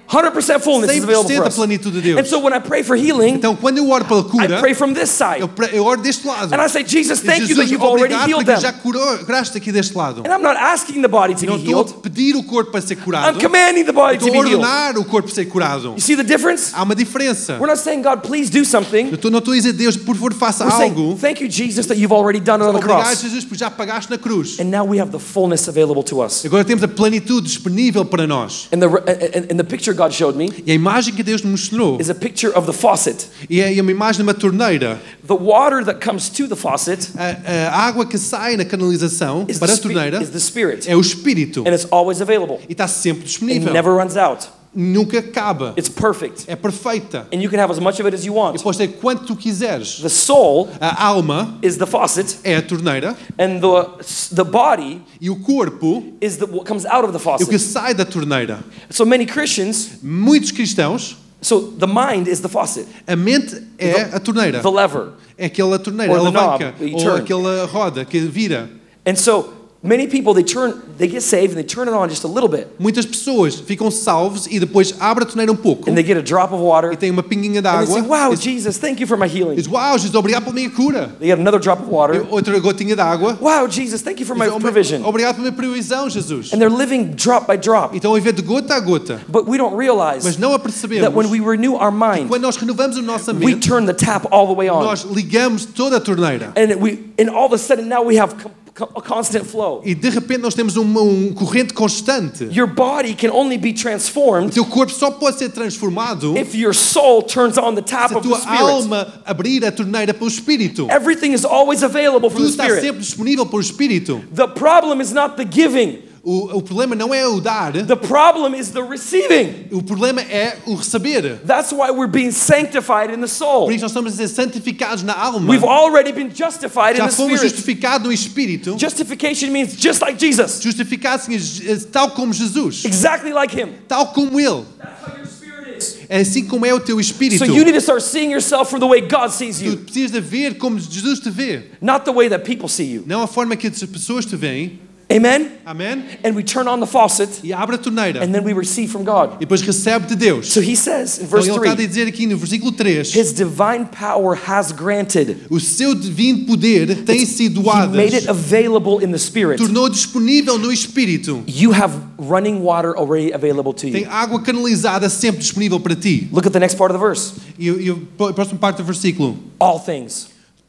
S1: 100% fullness is available
S2: 100%
S1: for
S2: da
S1: us.
S2: plenitude de Deus.
S1: And so when I pray for healing,
S2: Então, quando eu oro pela
S1: I
S2: cura,
S1: pray from this side.
S2: eu, pre- eu oro deste lado.
S1: And I say, Jesus,
S2: E
S1: thank you that
S2: Jesus,
S1: you've already
S2: obrigado
S1: healed
S2: porque já
S1: them.
S2: curou- curaste aqui deste lado.
S1: And I'm not asking the body to
S2: Não
S1: be
S2: estou a
S1: healed.
S2: pedir o corpo para ser curado.
S1: I'm commanding the body to
S2: Estou
S1: be
S2: a
S1: healed.
S2: ordenar o corpo para ser curado.
S1: You see the difference?
S2: Há uma diferença.
S1: We're not saying, God, please do
S2: Eu
S1: something.
S2: estou- não estou a dizer, Deus, por favor, faça
S1: We're saying,
S2: algo.
S1: thank you, Jesus, that you've already done it on the
S2: Obrigado,
S1: cross.
S2: Jesus, porque já pagaste na cruz.
S1: And now we have the fullness available to us.
S2: Agora temos a plenitude disponível para nós.
S1: And the, and, and the picture God showed me
S2: E a imagem que Deus nos mostrou
S1: is a picture of the faucet.
S2: e é uma imagem de uma torneira.
S1: The water that comes to the faucet
S2: A, a água que sai na canalização
S1: is, the,
S2: para a
S1: spi-
S2: torneira
S1: is the spirit.
S2: é o Espírito.
S1: And it's always available.
S2: E está sempre
S1: It
S2: disponível.
S1: never runs out.
S2: Nunca acaba.
S1: It's perfect.
S2: É perfeita.
S1: And you can have as much of it as you
S2: E
S1: want.
S2: podes ter quanto tu quiseres.
S1: The soul
S2: A alma
S1: is the faucet,
S2: é a torneira
S1: and the, the body
S2: e o corpo
S1: is the, what comes out of the
S2: é o que
S1: faucet.
S2: sai da torneira.
S1: So many Christians,
S2: Muitos cristãos,
S1: so the mind is the faucet,
S2: a mente é a torneira.
S1: the lever.
S2: É aquela torneira, a
S1: Or the knob
S2: alavanca.
S1: that you
S2: Ou
S1: turn.
S2: aquela roda que vira.
S1: And so many people, they turn, they get saved and they turn it on just a little bit,
S2: Muitas pessoas ficam salvos e depois abrem a torneira um pouco
S1: and they get a drop of water,
S2: e
S1: and
S2: têm uma pinguinha de
S1: they
S2: água.
S1: say, "Wow,
S2: e
S1: Jesus, thank you for my healing."
S2: diz, uau, Jesus, obrigado pela minha cura.
S1: They get another drop of
S2: E
S1: water.
S2: outra gotinha de água.
S1: Wow, Jesus, thank you for my
S2: Diz, "Obri-
S1: provision.
S2: Obrigado pela minha provisão, Jesus.
S1: And they're living drop by drop,
S2: Então, a ver de gota a gota.
S1: but we don't
S2: Mas
S1: realize
S2: não a
S1: that when
S2: percebemos.
S1: we renew our mind,
S2: Quando nós renovamos a nossa
S1: we
S2: mente,
S1: turn the tap all the way on,
S2: nós ligamos toda a torneira.
S1: and we, and all of a sudden now we have com- co- a constant flow.
S2: E de repente nós temos uma um corrente constante.
S1: Your body can only be
S2: O
S1: transformed
S2: teu corpo só pode ser transformado
S1: if your soul turns on the tap
S2: se a
S1: of the
S2: tua
S1: Spirit.
S2: alma abrir a torneira para o Espírito.
S1: Everything is always available from
S2: Tudo
S1: the
S2: está
S1: Spirit.
S2: sempre disponível para o Espírito.
S1: The problem is not the giving.
S2: O, o problema não é o dar,
S1: The problem is the receiving.
S2: o problema é o receber.
S1: That's why we're being sanctified in the
S2: Por
S1: soul.
S2: isso nós estamos a ser santificados na alma.
S1: We've already been justified in
S2: Já
S1: the
S2: fomos
S1: Spirit.
S2: justificados no Espírito.
S1: Justification means just like Jesus,
S2: Justificados significa tal como Jesus.
S1: exactly like Him.
S2: Tal como Ele.
S1: That's how your spirit is.
S2: É assim como é o teu Espírito.
S1: So you need to start seeing yourself from the way God sees
S2: Tu
S1: you,
S2: precisas de ver como Jesus te vê.
S1: not the way that people see you.
S2: Não a forma que as pessoas te veem.
S1: Amen?
S2: Amém?
S1: And we turn on the faucet
S2: E abre a torneira.
S1: and then we receive from God.
S2: E depois recebe de Deus.
S1: So He says in
S2: Então
S1: verse
S2: ele está a
S1: 3
S2: dizer aqui no versículo 3:
S1: His divine power has granted,
S2: O seu divino poder tem sido
S1: He
S2: doado,
S1: made it available in the Spirit.
S2: tornou disponível no Espírito.
S1: You have running water already available to
S2: Tem
S1: you.
S2: água canalizada sempre disponível para ti.
S1: Look at the next part of the verse.
S2: E, e a pró- próxima parte do versículo:
S1: All things.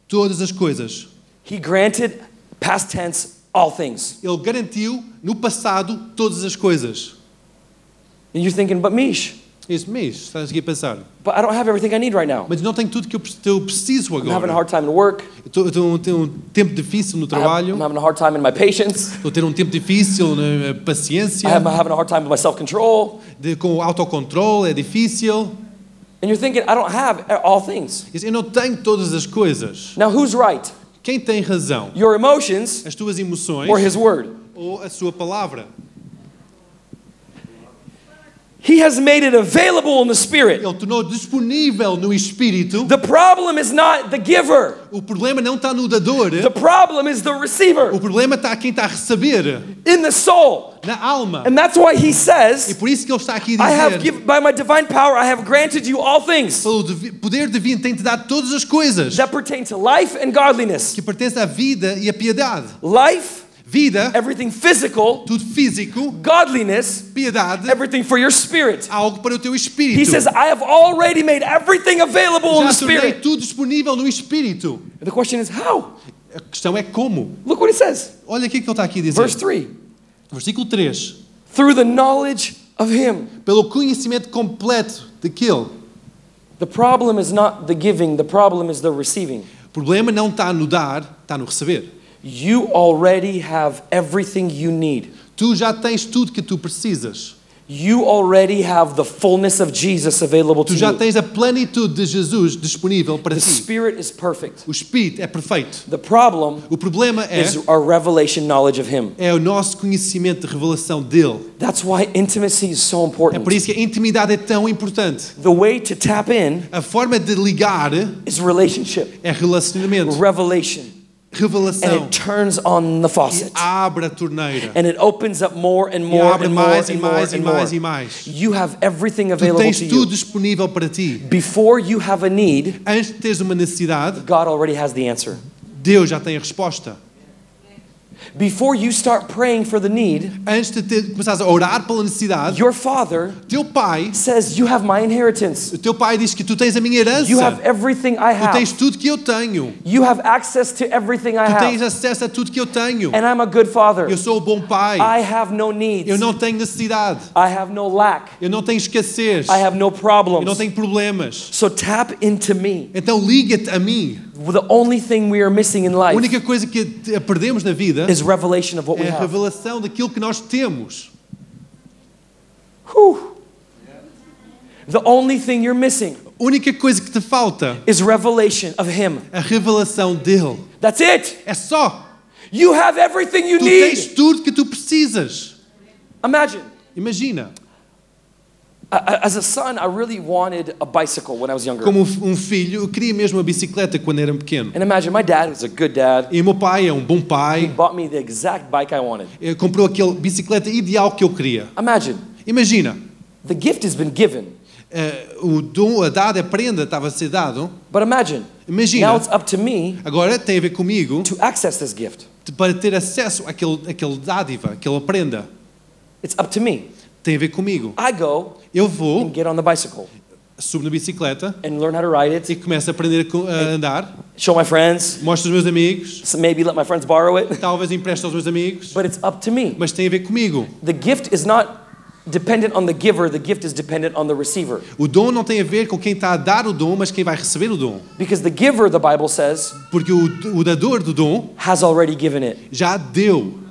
S2: Todas as coisas.
S1: He granted, past tense, all things.
S2: Ele garantiu no passado todas as coisas.
S1: And you're thinking, but Mish,
S2: Este mês, estás aqui a pensar.
S1: but I don't have everything I need right now.
S2: Mas não tenho tudo que eu pre- eu preciso
S1: I'm having a
S2: agora.
S1: hard time in work.
S2: Eu tô- eu tô- eu tenho um tempo difícil no
S1: I have- I'm
S2: trabalho,
S1: having a hard time in my patience.
S2: estou a ter um tempo difícil na paciência,
S1: I'm having a hard time with my self control.
S2: de, com o autocontrole, é difícil.
S1: And you're thinking, I don't have e, all things.
S2: Diz, Eu não tenho todas as coisas.
S1: Now, who's right?
S2: Quem tem razão?
S1: Your emotions
S2: As tuas emoções
S1: or his word?
S2: ou a sua palavra?
S1: He has made it available in the Spirit.
S2: Ele tornou disponível no Espírito.
S1: The problem is not the giver,
S2: O problema não está no dador.
S1: the problem is the
S2: O
S1: receiver
S2: problema está quem está a receber.
S1: in the soul.
S2: Na alma.
S1: And that's why he
S2: E
S1: says,
S2: por isso que ele está aqui
S1: I
S2: a
S1: have
S2: dizer.
S1: given, by my divine power, I have granted you all things
S2: Pelo divi- poder divino tem-te dado todas as coisas
S1: that pertain to life and godliness.
S2: que pertencem à vida e à piedade.
S1: Life,
S2: Vida,
S1: everything physical,
S2: tudo físico.
S1: godliness,
S2: Piedade,
S1: everything for your spirit.
S2: algo para o teu espírito.
S1: He says, I have already made everything available in the
S2: Já tornei
S1: spirit.
S2: tudo disponível no espírito.
S1: And the question is, how?
S2: A questão é como.
S1: Look what he says.
S2: Olha o que é que ele está aqui a dizer.
S1: Verse 3
S2: Versículo 3.
S1: through the knowledge of him.
S2: Pelo conhecimento completo daquele.
S1: The problem is not the giving, the problem is the receiving.
S2: O problema não está no dar, está no receber.
S1: You already have everything you need.
S2: Tu já tens tudo que tu precisas.
S1: You already have the fullness of Jesus available to
S2: Tu já
S1: you.
S2: tens a plenitude de Jesus disponível para
S1: The
S2: ti.
S1: Spirit is perfect.
S2: O Espírito é perfeito.
S1: The problem
S2: O problema é,
S1: is our revelation knowledge of Him.
S2: é o nosso conhecimento de revelação dele.
S1: That's why intimacy is so
S2: É por
S1: important.
S2: isso que a intimidade é tão importante.
S1: The way to tap in
S2: A forma de ligar
S1: is relationship,
S2: é relacionamento,
S1: revelation, and
S2: revelação.
S1: it turns on the
S2: E
S1: faucet.
S2: abre a torneira.
S1: And it opens up more and
S2: E
S1: more
S2: abre
S1: and more
S2: mais e
S1: and more
S2: mais e
S1: and more.
S2: mais e mais.
S1: You have everything
S2: Tu
S1: available
S2: tens
S1: to
S2: tudo
S1: you.
S2: disponível para ti.
S1: Before you have a need,
S2: Antes de teres uma necessidade,
S1: God already has the answer.
S2: Deus já tem a resposta.
S1: Before you start praying for the need,
S2: Antes de ter, começares a orar pela necessidade,
S1: your Father
S2: teu pai,
S1: says, You have my inheritance.
S2: o teu pai diz que tu tens a minha herança.
S1: You have
S2: Tu
S1: everything I
S2: tens
S1: have.
S2: tudo que eu tenho.
S1: You have access to everything I
S2: Tu tens
S1: have.
S2: acesso a tudo que eu tenho.
S1: And I'm a good Father.
S2: Eu sou o bom pai.
S1: I have no
S2: Eu
S1: needs.
S2: não tenho necessidade.
S1: I have no lack.
S2: Eu não tenho escassez.
S1: I have no
S2: Eu não
S1: problems.
S2: tenho problemas.
S1: So tap into me.
S2: Então liga-te a mim.
S1: The only thing we are missing in
S2: A
S1: life
S2: única coisa que te- perdemos na vida
S1: is revelation of what we
S2: é a
S1: have.
S2: revelação daquilo que nós temos.
S1: Whew. The only thing you're missing
S2: A única coisa que te falta
S1: is revelation of Him.
S2: é a revelação dele.
S1: That's it.
S2: É só.
S1: You have everything you
S2: Tu tens
S1: need.
S2: tudo que tu precisas.
S1: Imagine,
S2: Imagina.
S1: I- I- as a son, I really wanted a bicycle when I was younger.
S2: Como um f- um filho, eu queria mesmo uma bicicleta quando era pequeno.
S1: And imagine, my dad was a good dad.
S2: E o meu pai é um bom
S1: He
S2: pai.
S1: bought me the exact bike I wanted.
S2: eh, Comprou aquela bicicleta ideal que eu queria.
S1: Imagine,
S2: Imagina.
S1: the gift has been given.
S2: eh, o dom, a dada, a prenda estava a ser dado.
S1: But imagine, now
S2: Imagina.
S1: it's up to me
S2: Agora tem a ver comigo
S1: to access this gift.
S2: de- para ter acesso àquele, àquele dádiva, àquela prenda.
S1: It's up to me.
S2: Tem a ver comigo.
S1: I go
S2: Eu
S1: and
S2: vou,
S1: get on the bicycle
S2: subo na bicicleta
S1: and learn how to ride
S2: e
S1: it,
S2: começo a aprender a co- a andar.
S1: show my friends,
S2: Mostro aos meus amigos.
S1: so maybe let my friends borrow it.
S2: Talvez empresto aos meus amigos.
S1: But it's up to me.
S2: Mas tem a ver comigo.
S1: The gift is not dependent on the giver, the gift is dependent on the receiver.
S2: O dom não tem a ver com quem está a dar o dom, mas quem vai receber o dom.
S1: Because the giver, the Bible says,
S2: Porque o, o dador do dom
S1: has already given it.
S2: já deu.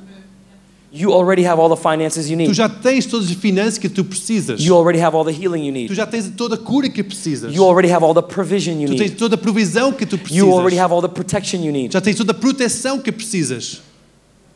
S1: You already have all the finances you
S2: Tu
S1: need.
S2: já tens todas as finanças que tu precisas.
S1: You already have all the healing you
S2: Tu
S1: need.
S2: já tens toda a cura que precisas.
S1: You already have all the provision you
S2: Tu tens
S1: need.
S2: toda a provisão que tu
S1: You already
S2: precisas.
S1: have all the protection you need.
S2: Já tens toda a proteção que precisas.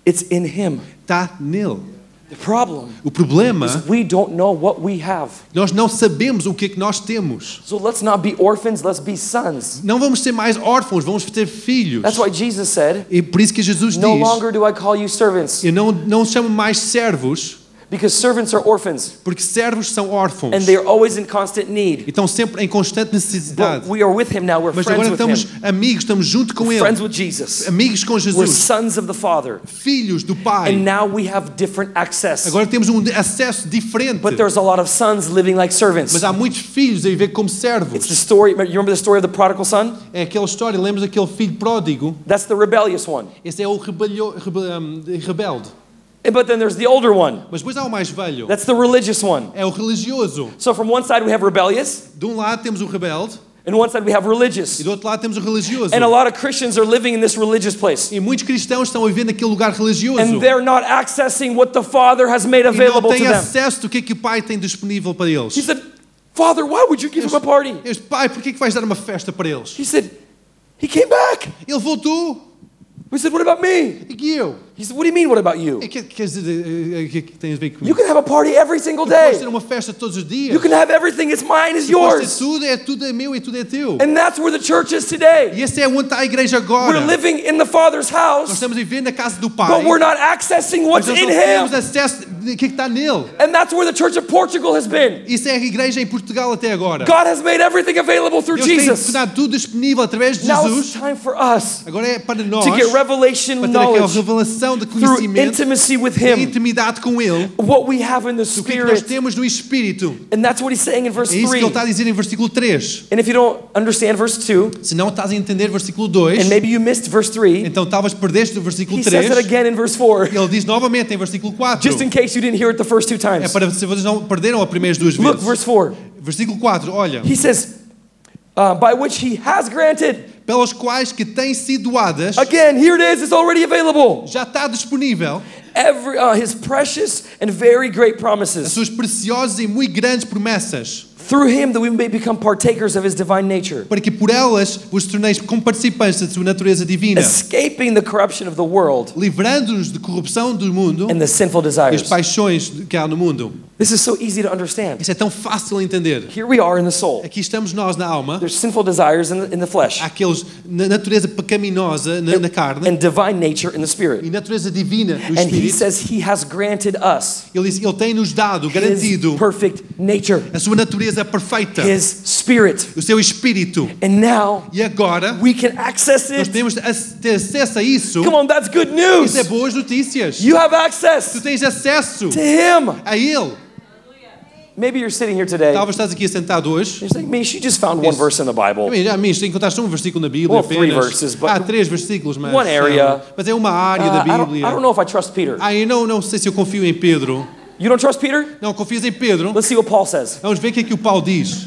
S1: It's in Him.
S2: Está nele.
S1: The problem
S2: O problema,
S1: is we don't know what we have.
S2: nós não sabemos o que é que nós temos.
S1: So let's not be orphans, let's be sons.
S2: Não vamos ser mais órfãos, vamos ter filhos.
S1: That's why Jesus said,
S2: E por isso que Jesus
S1: No
S2: diz,
S1: longer do I call you servants,
S2: eu não, não os chamo mais servos,
S1: because servants are orphans
S2: porque servos são órfãos.
S1: and they are always in constant need.
S2: E estão sempre em constante
S1: But
S2: necessidade.
S1: we are with him now. We're
S2: Mas
S1: friends
S2: agora
S1: with
S2: estamos
S1: him.
S2: amigos, estamos junto com
S1: We're
S2: Ele.
S1: friends with Jesus.
S2: Amigos com
S1: We're
S2: Jesus.
S1: sons of the Father.
S2: Filhos do
S1: And
S2: Pai.
S1: now we have different access.
S2: Agora temos um acesso diferente.
S1: But there's a lot of sons living like servants.
S2: Mas há muitos filhos a viver como
S1: It's the
S2: servos.
S1: story. You remember the story of the prodigal son?
S2: É aquela história, lembras daquele filho pródigo?
S1: That's the rebellious one.
S2: Esse é o rebelio, rebe- hum, rebelde.
S1: And- But then there's the older one.
S2: Mas depois há o mais velho.
S1: That's the religious one.
S2: É o religioso.
S1: So from one side we have rebellious,
S2: De um lado temos o rebelde
S1: and one side we have
S2: e
S1: religious.
S2: do outro lado temos o religioso.
S1: And a lot of Christians are living in this religious place.
S2: E muitos cristãos estão a viver naquele lugar religioso.
S1: And they're not accessing what the Father has made
S2: e não
S1: available to
S2: têm
S1: them.
S2: acesso do que é que o Pai tem disponível para eles.
S1: He said, Father, why would you give him a party?
S2: Eles, pai, porquê que vais dar uma festa para eles?
S1: He said, He came back.
S2: Ele voltou.
S1: We said, What about me?
S2: E eu?
S1: He said, What do you mean, what about you?
S2: É que, quer dizer, é, é, que tem a ver
S1: You
S2: comigo.
S1: can have a party every single
S2: Podes
S1: day.
S2: ter uma festa todos os
S1: You
S2: dias.
S1: can have everything. It's mine, it's
S2: Podes ter
S1: yours.
S2: tudo, é tudo é meu e tudo é teu.
S1: And that's where the church is today.
S2: E esse é onde está a igreja agora.
S1: We're living in the Father's
S2: Nós
S1: house,
S2: estamos a viver na casa do Pai.
S1: but we're
S2: Mas
S1: not accessing what's
S2: nós não
S1: in
S2: temos
S1: Him.
S2: acesso ao que está nele.
S1: And that's where the church of Portugal has been.
S2: Isso é a igreja em Portugal até agora.
S1: God has made everything available through
S2: Deus tem
S1: Jesus.
S2: tornado tudo disponível através de
S1: Now it's
S2: Jesus.
S1: time for us
S2: Agora é para nós
S1: to get
S2: para
S1: revelation
S2: ter aquela
S1: knowledge
S2: revelação de
S1: through
S2: conhecimento,
S1: intimacy with
S2: de
S1: Him,
S2: intimidade com Ele.
S1: what we have in the
S2: O que é que nós
S1: Spirit.
S2: temos no Espírito?
S1: And that's what He's saying in verse
S2: É isso que
S1: 3.
S2: ele está a dizer em versículo 3.
S1: And if you don't understand verse 2,
S2: Se não estás a entender versículo 2,
S1: and maybe you missed verse 3,
S2: então estavas perdeste do versículo
S1: He says
S2: 3.
S1: it again in verse 4.
S2: Ele diz novamente em versículo 4.
S1: Just in case you didn't hear it the first two
S2: É
S1: times.
S2: para se vocês não perderam as primeiras duas
S1: Look,
S2: vezes.
S1: verse 4.
S2: Versículo 4, olha.
S1: He says, uh, by which he has granted.
S2: Pelas quais que têm sido doadas,
S1: Again, here it is, it's already available.
S2: já está disponível
S1: Every, uh, his precious and very great
S2: as
S1: promises.
S2: suas preciosas e muito grandes promessas,
S1: Through him that we may become partakers of his divine nature,
S2: para que por elas vos torneis como participantes da sua natureza divina,
S1: escaping the corruption of the world
S2: livrando-nos de corrupção do mundo
S1: and the sinful
S2: e as
S1: desires.
S2: paixões que há no mundo.
S1: This is so easy to understand.
S2: Isso é tão fácil de entender.
S1: Here we are in the soul.
S2: Aqui estamos nós na alma,
S1: There's sinful desires in the, in the flesh
S2: há aqueles na natureza pecaminosa na, na carne
S1: and divine nature in the
S2: e
S1: spirit.
S2: natureza divina no
S1: And he
S2: espírito.
S1: says he has granted us
S2: Ele, ele tem nos dado,
S1: his
S2: garantido,
S1: perfect nature,
S2: a sua natureza perfeita,
S1: his spirit.
S2: o seu espírito.
S1: And now
S2: E agora
S1: We can access
S2: nós
S1: it.
S2: temos ac- ter acesso a isso.
S1: Come on, that's good
S2: Isso
S1: news.
S2: é boas notícias.
S1: You have
S2: Tu
S1: access
S2: tens acesso
S1: to Him.
S2: a É Ele.
S1: Maybe you're sitting here today. and
S2: Talvez estás aqui sentado hoje.
S1: You're saying, man, she just found one
S2: Yes.
S1: verse in the Bible.
S2: Amém, amém. Se encontraste um versículo na Bíblia
S1: Well, three
S2: apenas.
S1: verses, but-
S2: Há três versículos, mas,
S1: One area.
S2: mas é uma área
S1: Uh,
S2: da
S1: I, don't,
S2: Bíblia.
S1: I don't know if I trust Peter.
S2: Ah, eu não, não sei se eu confio em Pedro.
S1: You don't trust Peter?
S2: Não, confias em Pedro?
S1: Let's see what Paul says.
S2: Vamos ver o que é que o Paulo diz.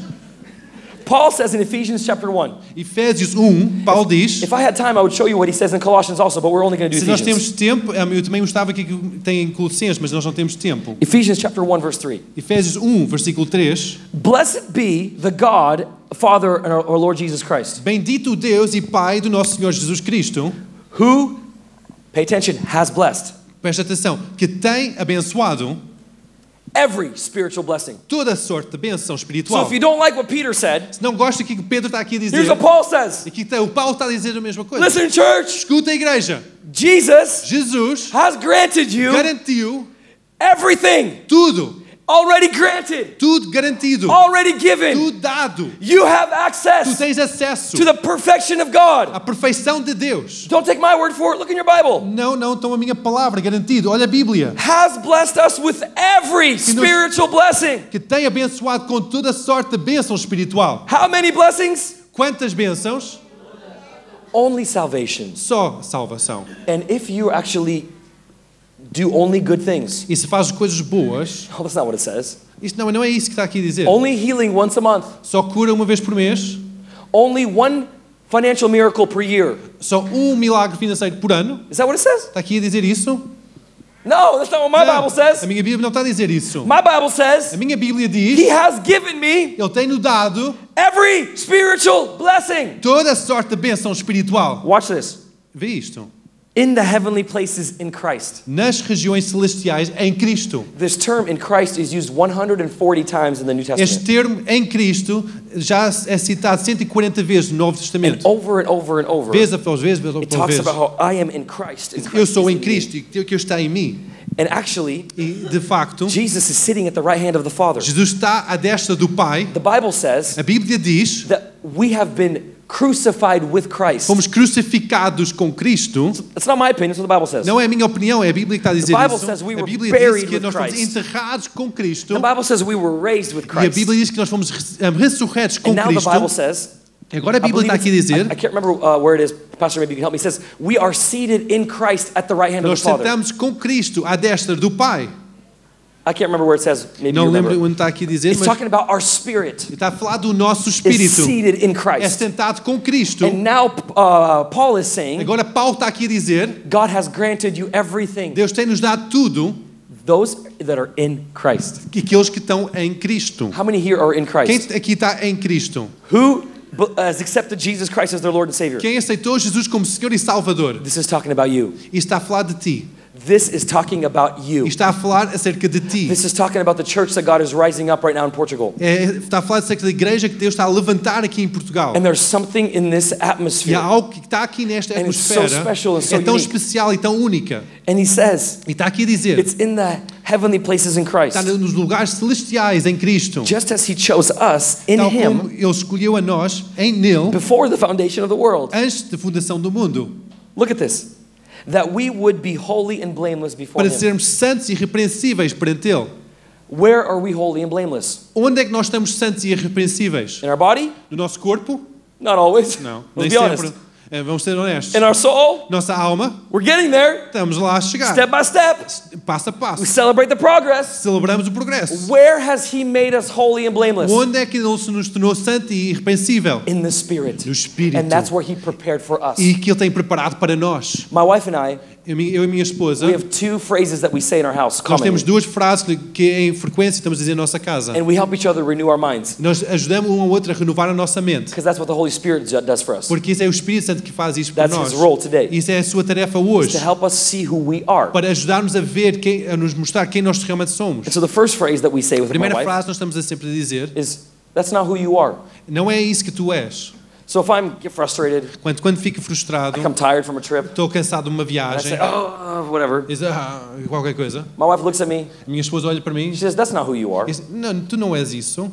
S1: Paul says in Ephesians chapter 1.
S2: Efésios 1, Paulo diz:
S1: If I had time, I would show you what he says in Colossians also, but we're only going to do
S2: Se nós
S1: Ephesians.
S2: temos tempo, ah, eu também gostava que tem em Colossenses, mas nós não temos tempo.
S1: Ephesians chapter 1, verse 3.
S2: Efésios 1, versículo 3.
S1: Blessed be the God, Father, and our, our Lord Jesus Christ,
S2: Bendito o Deus e Pai do nosso Senhor Jesus Cristo,
S1: who, pay attention, has blessed
S2: presta atenção, que tem abençoado
S1: every spiritual blessing.
S2: toda a sorte de bênção
S1: So
S2: espiritual.
S1: if you don't like what Peter said,
S2: Se não gosta do que Pedro está aqui a dizer,
S1: here's what Paul says.
S2: aqui está, o Paulo está a dizer a mesma coisa.
S1: Listen, church,
S2: Escuta a igreja.
S1: Jesus
S2: Jesus
S1: has granted you
S2: garantiu
S1: everything.
S2: tudo,
S1: Already granted,
S2: tudo garantido,
S1: already given.
S2: tudo dado.
S1: You have
S2: Tu
S1: access
S2: tens acesso
S1: to the perfection of
S2: à
S1: God.
S2: perfeição de Deus.
S1: Don't take my word for it. Look in your Bible.
S2: Não, não, então a minha palavra, garantido. Olha a Bíblia.
S1: Has blessed us with every spiritual blessing.
S2: Que tem abençoado com toda a sorte de bênção espiritual.
S1: How many blessings?
S2: Quantas bênçãos?
S1: Only salvation.
S2: Só salvação.
S1: And if you actually do only good things,
S2: E se fazes coisas boas,
S1: oh, that's not what it says.
S2: isso não, não é isso que está aqui a dizer.
S1: Only healing once a month,
S2: Só cura uma vez por mês,
S1: only one financial miracle per year.
S2: só um milagre financeiro por ano.
S1: Is that what it says?
S2: Está aqui a dizer isso?
S1: No, that's not what my
S2: Não,
S1: Bible says.
S2: A minha Bíblia não está a dizer isso.
S1: My Bible
S2: A
S1: says
S2: minha Bíblia diz:
S1: He has given me
S2: Ele tem-nos dado
S1: every spiritual blessing.
S2: toda a sorte de bênção espiritual.
S1: Watch this.
S2: Vê isto.
S1: In the heavenly places in Christ.
S2: Nas regiões celestiais em Cristo.
S1: This term in Christ is used 140 times in the New
S2: Este
S1: Testament.
S2: termo em Cristo já é citado 140 vezes no Novo
S1: And
S2: Testamento.
S1: over and over and over.
S2: Vez após vez, vez
S1: It talks
S2: após vez.
S1: about how I am in Christ. and
S2: Eu
S1: Christ
S2: sou
S1: is
S2: em
S1: me.
S2: Cristo e o que está em mim.
S1: And actually,
S2: E, de facto,
S1: Jesus is sitting at the right hand of the Father.
S2: Jesus está à destra do Pai.
S1: The Bible says
S2: A Bíblia diz:
S1: that we have been crucified with Christ.
S2: fomos crucificados com Cristo.
S1: That's not my opinion, that's what the Bible says.
S2: Não é a minha opinião, é a Bíblia que está a dizer
S1: The Bible
S2: isso.
S1: says we
S2: a
S1: were
S2: Bíblia
S1: buried
S2: diz que
S1: with
S2: nós fomos
S1: Christ.
S2: enterrados com Cristo.
S1: The Bible says we were raised with
S2: E a
S1: Christ.
S2: Bíblia diz que nós fomos res- eh, ressurretos com
S1: And now the Bible
S2: Cristo.
S1: says
S2: Agora a
S1: I
S2: Bíblia
S1: believe
S2: está aqui a
S1: it's- I, I
S2: dizer:
S1: can't remember uh, where it is. Pastor, maybe you can help me. It says, We are seated in Christ at the right hand of
S2: nós
S1: the Father.
S2: sentamos com Cristo à destra do Pai.
S1: I can't remember where it says. Maybe you
S2: Não
S1: remember.
S2: lembro onde está aqui a dizer,
S1: It's
S2: mas
S1: talking about our spirit
S2: está a falar do nosso
S1: is
S2: espírito.
S1: seated in
S2: É
S1: Christ.
S2: sentado com Cristo.
S1: And now uh, Paul is saying,
S2: Agora Paulo está aqui a dizer:
S1: God has granted you everything.
S2: Deus tem-nos dado tudo
S1: Those that are in Christ.
S2: que aqueles que estão em Cristo.
S1: How many here are in
S2: Quem
S1: Christ?
S2: aqui está em Cristo?
S1: Who bu- has accepted Jesus Christ as their Lord and Savior?
S2: Quem aceitou Jesus como Senhor e Salvador?
S1: This is talking about you.
S2: Isso está a falar de ti.
S1: This is talking about you.
S2: E está a falar acerca de ti.
S1: This is talking about the church that God is rising up right now in Portugal.
S2: É, está a falar acerca da igreja que Deus está a levantar aqui em Portugal.
S1: And there's something in this
S2: E há
S1: atmosphere.
S2: algo que está aqui nesta
S1: And it's so
S2: atmosfera.
S1: special and so
S2: é tão
S1: unique.
S2: especial e tão única.
S1: And he says,
S2: E está aqui a dizer:
S1: it's in the heavenly places in
S2: está
S1: Christ.
S2: nos lugares celestiais em Cristo.
S1: Just as he chose us in
S2: Tal
S1: him
S2: como Ele escolheu a nós em Nele
S1: before the foundation of the world.
S2: antes da fundação do mundo
S1: Look at this. That we would be holy and blameless before him.
S2: para sermos santos e irrepreensíveis perante Ele.
S1: Where are we holy and blameless?
S2: Onde é que nós estamos santos e irrepreensíveis?
S1: In our body?
S2: No nosso corpo?
S1: Not always.
S2: Não. Nem
S1: Let's be honest.
S2: sempre. É, Vamos ser honestos.
S1: In our soul?
S2: Nossa alma?
S1: We're getting there.
S2: Estamos lá a chegar.
S1: Step by step.
S2: Passo a passo.
S1: We celebrate the progress.
S2: Celebramos o progresso.
S1: Where has he made us holy and blameless?
S2: Onde é que Ele se nos tornou santo e irrepreensível?
S1: In the spirit.
S2: No espírito.
S1: And that's where he prepared for us.
S2: E que Ele tem preparado para nós.
S1: My wife and I,
S2: Eu, e- eu e minha esposa,
S1: we have two phrases that we say in our house
S2: nós temos
S1: commonly.
S2: duas frases que- que em frequência estamos a dizer na nossa casa.
S1: And we help each other renew our minds
S2: Nós ajudamos um ao outro a renovar a nossa mente.
S1: because that's what the Holy Spirit do- does for us.
S2: Porque isso é o Espírito Santo que faz isso por
S1: That's
S2: nós.
S1: his role today.
S2: Isso é a sua tarefa hoje.
S1: To help us see who we are.
S2: Para ajudarmos a ver, quem, a nos mostrar quem nós realmente somos.
S1: And so the first phrase that we say with my
S2: Primeira
S1: wife
S2: frase nós estamos a sempre dizer,
S1: is, that's not who you are.
S2: não é isso que tu és.
S1: So if I'm get frustrated,
S2: Quando, quando fico frustrado,
S1: like I'm tired from a trip, and
S2: estou cansado de uma
S1: I
S2: viagem,
S1: say, oh, whatever.
S2: diz, "Ah, qualquer coisa,
S1: My wife looks at me.
S2: a minha esposa olha para mim
S1: She says, that's not who you are.
S2: e diz, não, tu não és isso.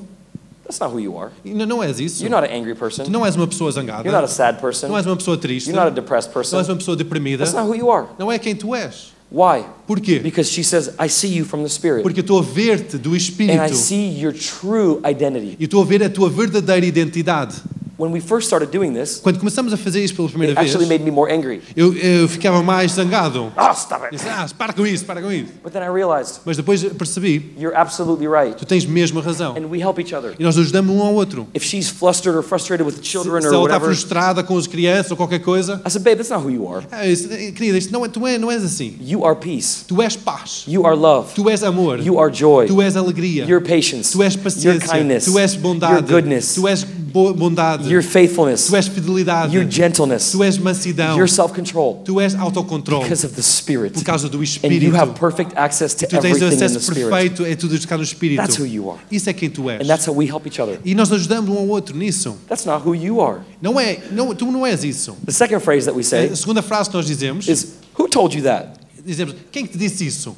S1: That's not who you are.
S2: Não, não és isso.
S1: You're not an angry
S2: Tu
S1: person.
S2: não és uma pessoa
S1: You're not a
S2: zangada.
S1: sad
S2: Não
S1: person.
S2: és uma pessoa triste.
S1: You're not a
S2: Não
S1: depressed person.
S2: és uma pessoa deprimida.
S1: That's not who you are.
S2: Não é quem tu és.
S1: Why?
S2: Porquê?
S1: Because she says, I see you from the Spirit.
S2: Porque eu estou a ver-te do
S1: And I
S2: Espírito.
S1: see your true identity.
S2: E estou a ver a tua verdadeira identidade.
S1: When we first started doing this,
S2: Quando começamos a fazer isso pela primeira
S1: it
S2: vez,
S1: actually made me more angry.
S2: eu, eu ficava mais zangado.
S1: Oh, stop it.
S2: Disse, ah, para com isso, para com isso.
S1: But then I realized,
S2: Mas depois percebi,
S1: you're absolutely right.
S2: tu tens mesmo razão.
S1: And we help each other.
S2: E nós ajudamos um ao outro.
S1: If she's flustered or frustrated with
S2: Se,
S1: children
S2: se
S1: or
S2: ela está
S1: whatever,
S2: frustrada com as crianças ou qualquer coisa,
S1: I said, babe, that's not who you are.
S2: ah, isso, eh, querida, isto não é, tu é, não és assim.
S1: You are peace.
S2: Tu és paz.
S1: You are love.
S2: Tu és amor.
S1: You are joy.
S2: Tu és alegria.
S1: Your patience.
S2: Tu és
S1: Your
S2: paciência.
S1: kindness.
S2: Tu és
S1: Your
S2: bondade.
S1: goodness.
S2: Tu és bo- bondade.
S1: Your faithfulness.
S2: Tu és fidelidade.
S1: Your gentleness.
S2: Tu és mansidão.
S1: Your self-control.
S2: Tu és autocontrole
S1: Because of the Spirit.
S2: por causa do
S1: And
S2: Espírito.
S1: you have perfect access to
S2: Tu tens o
S1: everything in the
S2: acesso
S1: Spirit.
S2: perfeito, é tudo isso que está no Espírito.
S1: That's who you are.
S2: Isso é quem tu és.
S1: And that's how we help each other.
S2: E nós ajudamos um ao outro nisso.
S1: That's not who you are.
S2: Não é, não, tu não és isso.
S1: The second phrase that we say
S2: A segunda frase que nós dizemos,
S1: is, who told you that?
S2: dizemos, quem é que te disse isso?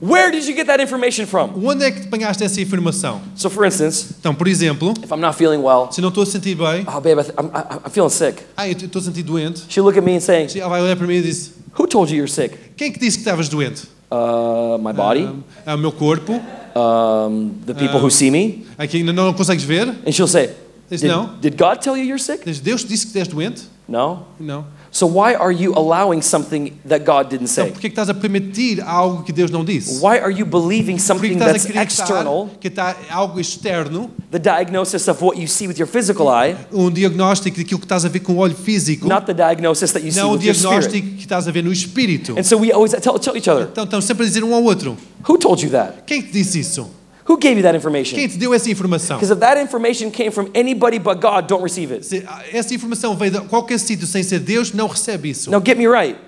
S1: Where did you get that information from?
S2: Onde é que te apanhaste essa informação?
S1: So for instance,
S2: Então, por exemplo,
S1: if I'm not feeling well,
S2: se não estou a sentir bem,
S1: oh babe, I th- I'm, I- I'm feeling sick.
S2: ah, eu estou a sentir doente,
S1: She'll look at me and say,
S2: ela vai olhar para mim e diz,
S1: who told you you're sick?
S2: quem é que disse que estavas doente?
S1: Uh, my body,
S2: Ah, É o meu corpo,
S1: um, the people who see me.
S2: aqui ainda não consegues ver?
S1: And she'll say,
S2: Diz,
S1: did,
S2: "Não."
S1: did God tell you you're sick?
S2: Diz, Deus te disse que estiveste doente?
S1: No.
S2: Não.
S1: So why are you allowing something that God didn't
S2: Então,
S1: say?
S2: porquê que estás a permitir algo que Deus não disse?
S1: Why are you believing
S2: Porque
S1: something
S2: estás
S1: that's
S2: a acreditar
S1: external,
S2: que está algo externo,
S1: the diagnosis of what you see with your physical eye,
S2: um diagnóstico daquilo que estás a ver com o olho físico,
S1: not the diagnosis that you see
S2: não um
S1: with your spirit?
S2: diagnóstico que estás a ver no espírito.
S1: And so we always tell, tell each other,
S2: Então estamos sempre a dizer um ao outro:
S1: who told you that?
S2: quem é te disse isso?
S1: Who gave you that
S2: Quem
S1: information?
S2: te deu essa informação?
S1: Because if that information came from anybody but God, don't receive it.
S2: Se ah, essa informação veio de qualquer sítio sem ser Deus, não recebe isso.
S1: Now get me right.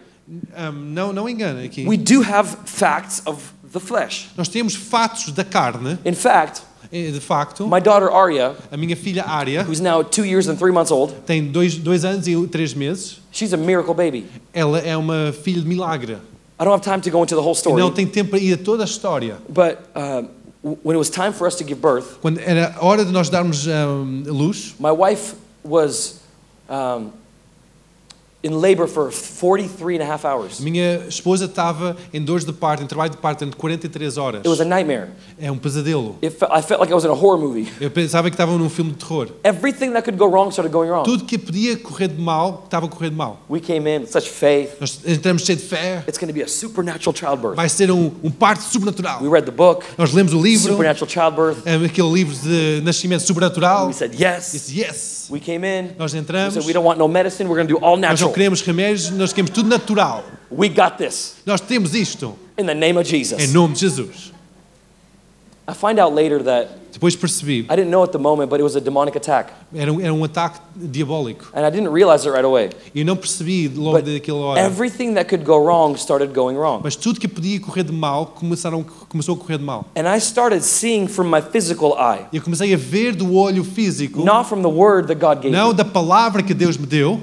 S2: Ahm, não, não engana aqui.
S1: We do have facts of the flesh.
S2: Nós temos fatos da carne,
S1: In fact,
S2: eh, de facto.
S1: my daughter Arya,
S2: A minha filha Ária
S1: who's now two years and three months old,
S2: tem dois, dois anos e três meses.
S1: she's a miracle baby.
S2: Ela é uma filha de milagre.
S1: I don't have time to go into the whole
S2: Não
S1: story,
S2: tem tempo para ir a toda a história.
S1: but uh, w- when it was time for us to give birth,
S2: Quando era a hora de nós darmos ahm, luz,
S1: my wife was um, in labor for 43 and a half
S2: a
S1: hours.
S2: minha esposa estava em dores de parto, em trabalho de parto, durante 43 horas.
S1: It was a nightmare.
S2: É um pesadelo.
S1: It fe- I felt like I was in a horror movie.
S2: Eu pensava que estava num filme de terror.
S1: Everything that could go wrong started going wrong.
S2: Tudo que podia correr de mal, estava correndo mal.
S1: We came in with such faith.
S2: Nós entramos cheio de fé.
S1: It's going to be a supernatural childbirth.
S2: Vai ser um, um parto sobrenatural.
S1: We read the book,
S2: Nós lemos o livro,
S1: Supernatural Childbirth.
S2: eh, aquele livro de nascimento sobrenatural.
S1: We said yes.
S2: Disse yes.
S1: We came in.
S2: Nós
S1: We
S2: entramos.
S1: said we don't want no medicine. We're going to do all
S2: Nós não
S1: natural.
S2: queremos remédios, nós queremos tudo natural.
S1: We got this
S2: Nós temos isto
S1: in the name of
S2: em
S1: Jesus.
S2: nome de Jesus.
S1: I find out later that
S2: Depois percebi,
S1: I didn't know at the moment, but it was a demonic attack.
S2: era um, era um ataque diabólico.
S1: And I didn't realize it right away.
S2: E eu não percebi logo
S1: But
S2: daquela hora.
S1: everything that could go wrong started going wrong.
S2: Mas tudo que podia correr de mal começaram, começou a correr de mal.
S1: And I started seeing from my physical eye,
S2: Eu comecei a ver do olho físico,
S1: not from the word that God gave
S2: não
S1: me.
S2: da palavra que Deus me deu.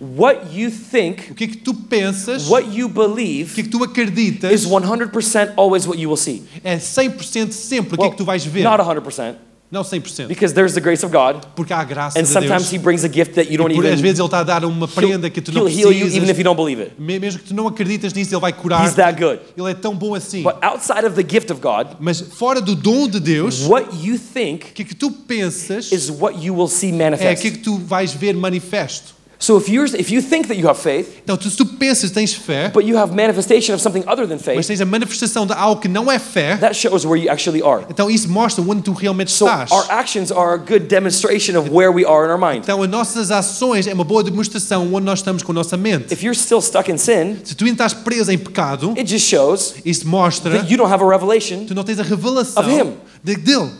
S1: What you
S2: O
S1: think,
S2: que é que tu pensas, o
S1: what you
S2: que é
S1: believe,
S2: que tu acreditas,
S1: is 100% always what you will see.
S2: é 100% sempre o que é
S1: Well,
S2: que tu vais ver.
S1: Not 100%,
S2: Não 100%,
S1: because there's the grace of God,
S2: porque há a graça
S1: and
S2: de
S1: sometimes
S2: Deus.
S1: He brings a gift that you don't
S2: Por, às
S1: even.
S2: vezes Ele está a dar uma prenda que tu não
S1: He'll heal you even if
S2: precisas.
S1: you don't believe it.
S2: Me- Mesmo que tu não acreditas nisso, Ele vai curar.
S1: He's that good.
S2: Ele é tão bom assim.
S1: But outside of the gift of God,
S2: Mas fora do dom de Deus,
S1: what you
S2: o
S1: think
S2: que é que tu pensas
S1: is what you will see
S2: é o que é que
S1: manifest.
S2: tu vais ver manifesto.
S1: So if you're if you think that you have faith,
S2: Então, tu- se tu pensas tens fé,
S1: but you have manifestation of something other than
S2: mas
S1: faith,
S2: tens a manifestação de algo que não é fé,
S1: that shows where you actually are.
S2: então isso mostra onde tu realmente
S1: So
S2: estás.
S1: our actions are a good demonstration of where we are in our mind.
S2: Então, as nossas ações é uma boa demonstração onde nós estamos com a nossa mente.
S1: If you're still stuck in sin,
S2: Se tu ainda estás preso em pecado,
S1: it just shows
S2: isso mostra
S1: that
S2: que
S1: you don't have a revelation.
S2: tu não tens a revelação
S1: Of him.
S2: de- dele.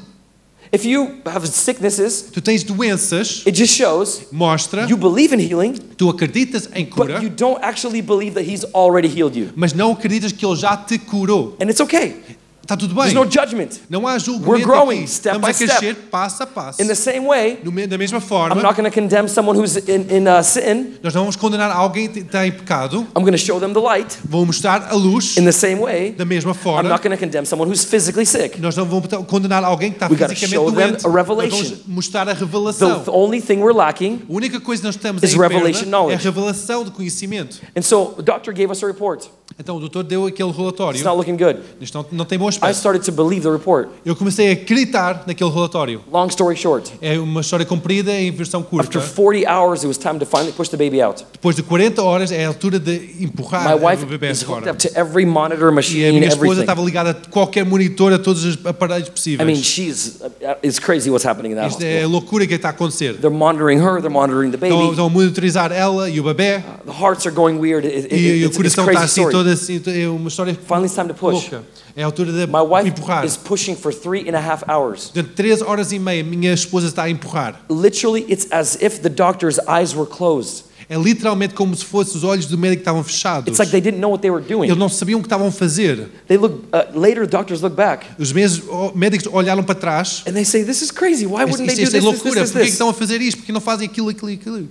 S1: If you have sicknesses,
S2: Tu tens doenças,
S1: it just shows
S2: mostra
S1: you believe in healing,
S2: que tu acreditas em cura,
S1: but you don't actually believe that he's already healed you.
S2: mas não acreditas que ele já te curou.
S1: And it's okay.
S2: Está tudo
S1: There's
S2: bem.
S1: no judgment.
S2: Não há
S1: We're
S2: julgamento
S1: growing,
S2: aqui.
S1: step
S2: Estamos a
S1: by step.
S2: crescer passo a passo.
S1: In the same way,
S2: No me- Da mesma
S1: I'm
S2: forma,
S1: not going to condemn someone who's in, in uh, sin.
S2: nós não vamos condenar alguém que está em pecado.
S1: I'm going to show them the light.
S2: Vou mostrar a luz.
S1: In the same way,
S2: Da mesma
S1: I'm
S2: forma,
S1: not going to condemn someone who's physically sick.
S2: nós não vamos condenar alguém que está
S1: We gotta
S2: fisicamente
S1: show them
S2: doente.
S1: a
S2: Nós
S1: revelation.
S2: vamos mostrar a
S1: The,
S2: revelação.
S1: the only thing we're lacking.
S2: A única coisa que nós estamos
S1: Is
S2: em
S1: revelation
S2: perda é a
S1: knowledge.
S2: revelação de conhecimento.
S1: And so the doctor gave us a report.
S2: Então o doutor deu aquele relatório.
S1: It's not looking good.
S2: Isto não, não tem bom
S1: I
S2: aspecto.
S1: started to believe the report.
S2: Eu comecei a acreditar naquele relatório.
S1: Long story short,
S2: É uma história comprida em versão curta.
S1: after 40 hours, it was time to finally push the baby out.
S2: Depois de 40 horas é a altura de empurrar
S1: My wife
S2: o bebê
S1: is hooked
S2: agora.
S1: up to every monitor,
S2: E a
S1: machine,
S2: minha esposa
S1: everything.
S2: estava ligada a qualquer monitor, a todos os aparelhos
S1: I
S2: possíveis.
S1: mean, she's uh, it's crazy what's happening in that
S2: Isto é
S1: hospital.
S2: a loucura que está a acontecer.
S1: They're monitoring her. They're monitoring the
S2: Estão,
S1: baby.
S2: estão a monitorizar ela e o bebê.
S1: The hearts are going weird. It- it-
S2: E,
S1: it's,
S2: o
S1: it's
S2: coração está
S1: crazy
S2: assim,
S1: story.
S2: toda assim, é uma história
S1: Finally, it's time to push.
S2: louca. É a altura de
S1: My wife
S2: empurrar.
S1: is pushing for three and a half hours.
S2: Durante 3 horas e meia, minha esposa está a empurrar.
S1: Literally, it's as if the doctor's eyes were closed.
S2: É literalmente como se fossem os olhos do médico que estavam fechados.
S1: It's like they didn't know what they were
S2: Eles
S1: doing.
S2: não sabiam o que estavam a fazer.
S1: They look uh, later. Doctors look back
S2: Os mes- o- médicos olharam para trás.
S1: and they say, "This is crazy. Why
S2: Isto,
S1: wouldn't they do
S2: isto,
S1: this?
S2: isto
S1: This,
S2: é
S1: this,
S2: loucura.
S1: this,
S2: Porquê que
S1: this?"
S2: estão a fazer isto? Porquê não fazem aquilo, aquilo, e aquilo?
S1: It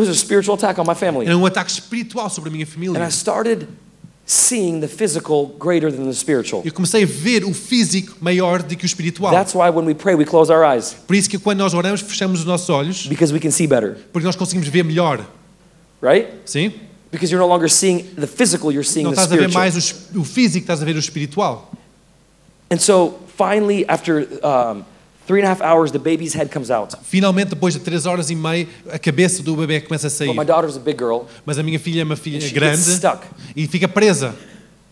S1: was a spiritual attack on my family,
S2: Era um ataque espiritual sobre a minha
S1: and
S2: família.
S1: I started seeing the physical greater than the spiritual.
S2: Eu comecei a ver o físico maior do que o espiritual.
S1: That's why when we pray, we close our eyes
S2: Por isso que quando nós oramos, fechamos os nossos olhos,
S1: because we can see better,
S2: porque nós conseguimos ver melhor.
S1: right?
S2: Sim?
S1: Because you're no longer seeing the physical, you're seeing
S2: Não
S1: the
S2: estás a ver
S1: spiritual.
S2: mais o, es- o físico, estás a ver o espiritual.
S1: And so finally, after um, three and a half hours, the baby's head comes out.
S2: Finalmente, depois de 3 horas e meia, a cabeça do bebê começa a
S1: But Oh, my
S2: sair.
S1: daughter's a big girl,
S2: Mas a minha filha é uma filha
S1: she
S2: grande
S1: gets stuck.
S2: e fica presa.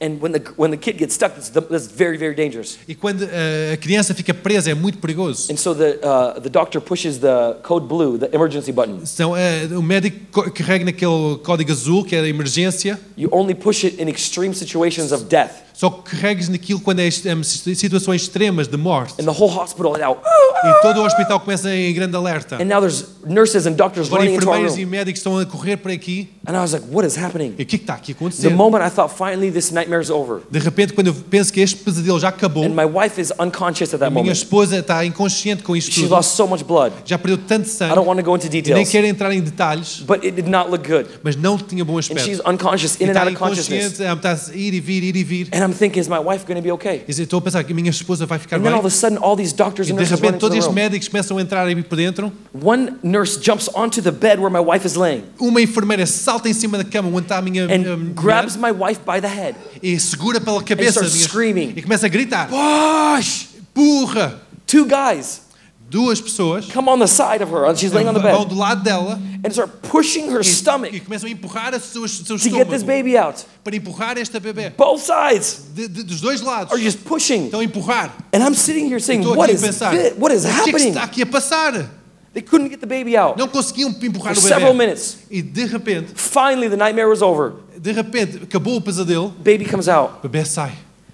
S1: and when the when the kid gets stuck, that's, the, that's very very dangerous.
S2: E quando eh, a criança fica presa, é muito perigoso.
S1: And so the uh, the doctor pushes the code blue, the emergency button.
S2: Então, eh, o médico co- carrega naquele código azul, que é a emergência,
S1: You only push it in extreme situations of death,
S2: só que carregas naquilo quando é est- em situ- situações extremas de morte.
S1: and the whole hospital now.
S2: E todo o hospital começa em grande alerta.
S1: And now there's nurses and doctors
S2: Agora,
S1: running into our
S2: enfermeiros e
S1: room.
S2: médicos estão a correr para aqui.
S1: And I was like, what is happening?
S2: E o que é que está aqui a
S1: The
S2: acontecer?
S1: moment I thought finally this nightmare's over,
S2: De repente, quando eu penso que este pesadelo já acabou,
S1: and my wife is unconscious at that
S2: E minha
S1: moment.
S2: esposa está inconsciente com isto
S1: She
S2: tudo.
S1: lost so much blood.
S2: Já perdeu tanto
S1: I don't
S2: sangue.
S1: want to go into
S2: Eu nem
S1: details,
S2: quero entrar em detalhes,
S1: but it did not look good.
S2: mas não tinha bom
S1: And she's
S2: aspecto.
S1: unconscious,
S2: E
S1: in and out
S2: está
S1: of consciousness.
S2: inconsciente, ela está a ir e vir, ir e vir.
S1: And I'm thinking, is my wife going to be okay?
S2: E eu Estou a pensar que a minha esposa vai ficar
S1: And
S2: bem.
S1: then all of a sudden, all these doctors
S2: E
S1: and
S2: de
S1: nurses run
S2: repente,
S1: into
S2: todos
S1: the
S2: estes
S1: room.
S2: médicos começam a entrar aí por dentro.
S1: One nurse jumps onto the bed where my wife is laying
S2: Uma enfermeira salta em cima da cama onde está a minha a minha
S1: and grabs my wife by the head.
S2: e segura pela cabeça
S1: starts
S2: a minha-
S1: screaming.
S2: e começa a gritar.
S1: Gosh!
S2: Burra!
S1: Two guys
S2: Duas pessoas
S1: come on the side of her, and she's laying on the
S2: vão
S1: bed,
S2: do lado dela
S1: and start pushing her
S2: e
S1: stomach
S2: começam a empurrar as suas, o seu
S1: to get this
S2: estômago
S1: baby out.
S2: para empurrar esta bebê.
S1: Both sides
S2: De- de- dos dois lados.
S1: are just pushing.
S2: Estão a empurrar.
S1: And I'm sitting here saying,
S2: Estou
S1: what
S2: aqui a
S1: is,
S2: pensar.
S1: thi- what is
S2: "Mas O que é que
S1: happening?
S2: está aqui a passar?
S1: They couldn't get the baby out
S2: Não conseguiam empurrar
S1: for
S2: o
S1: several
S2: bebê.
S1: minutes.
S2: E de repente,
S1: Finally, the nightmare was over.
S2: de repente, acabou o pesadelo.
S1: Baby comes out.
S2: O bebê sai.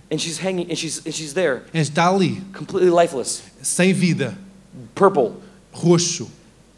S1: and she's hanging, and she's, and she's there,
S2: Está ali,
S1: completely lifeless,
S2: sem vida,
S1: purple,
S2: roxo,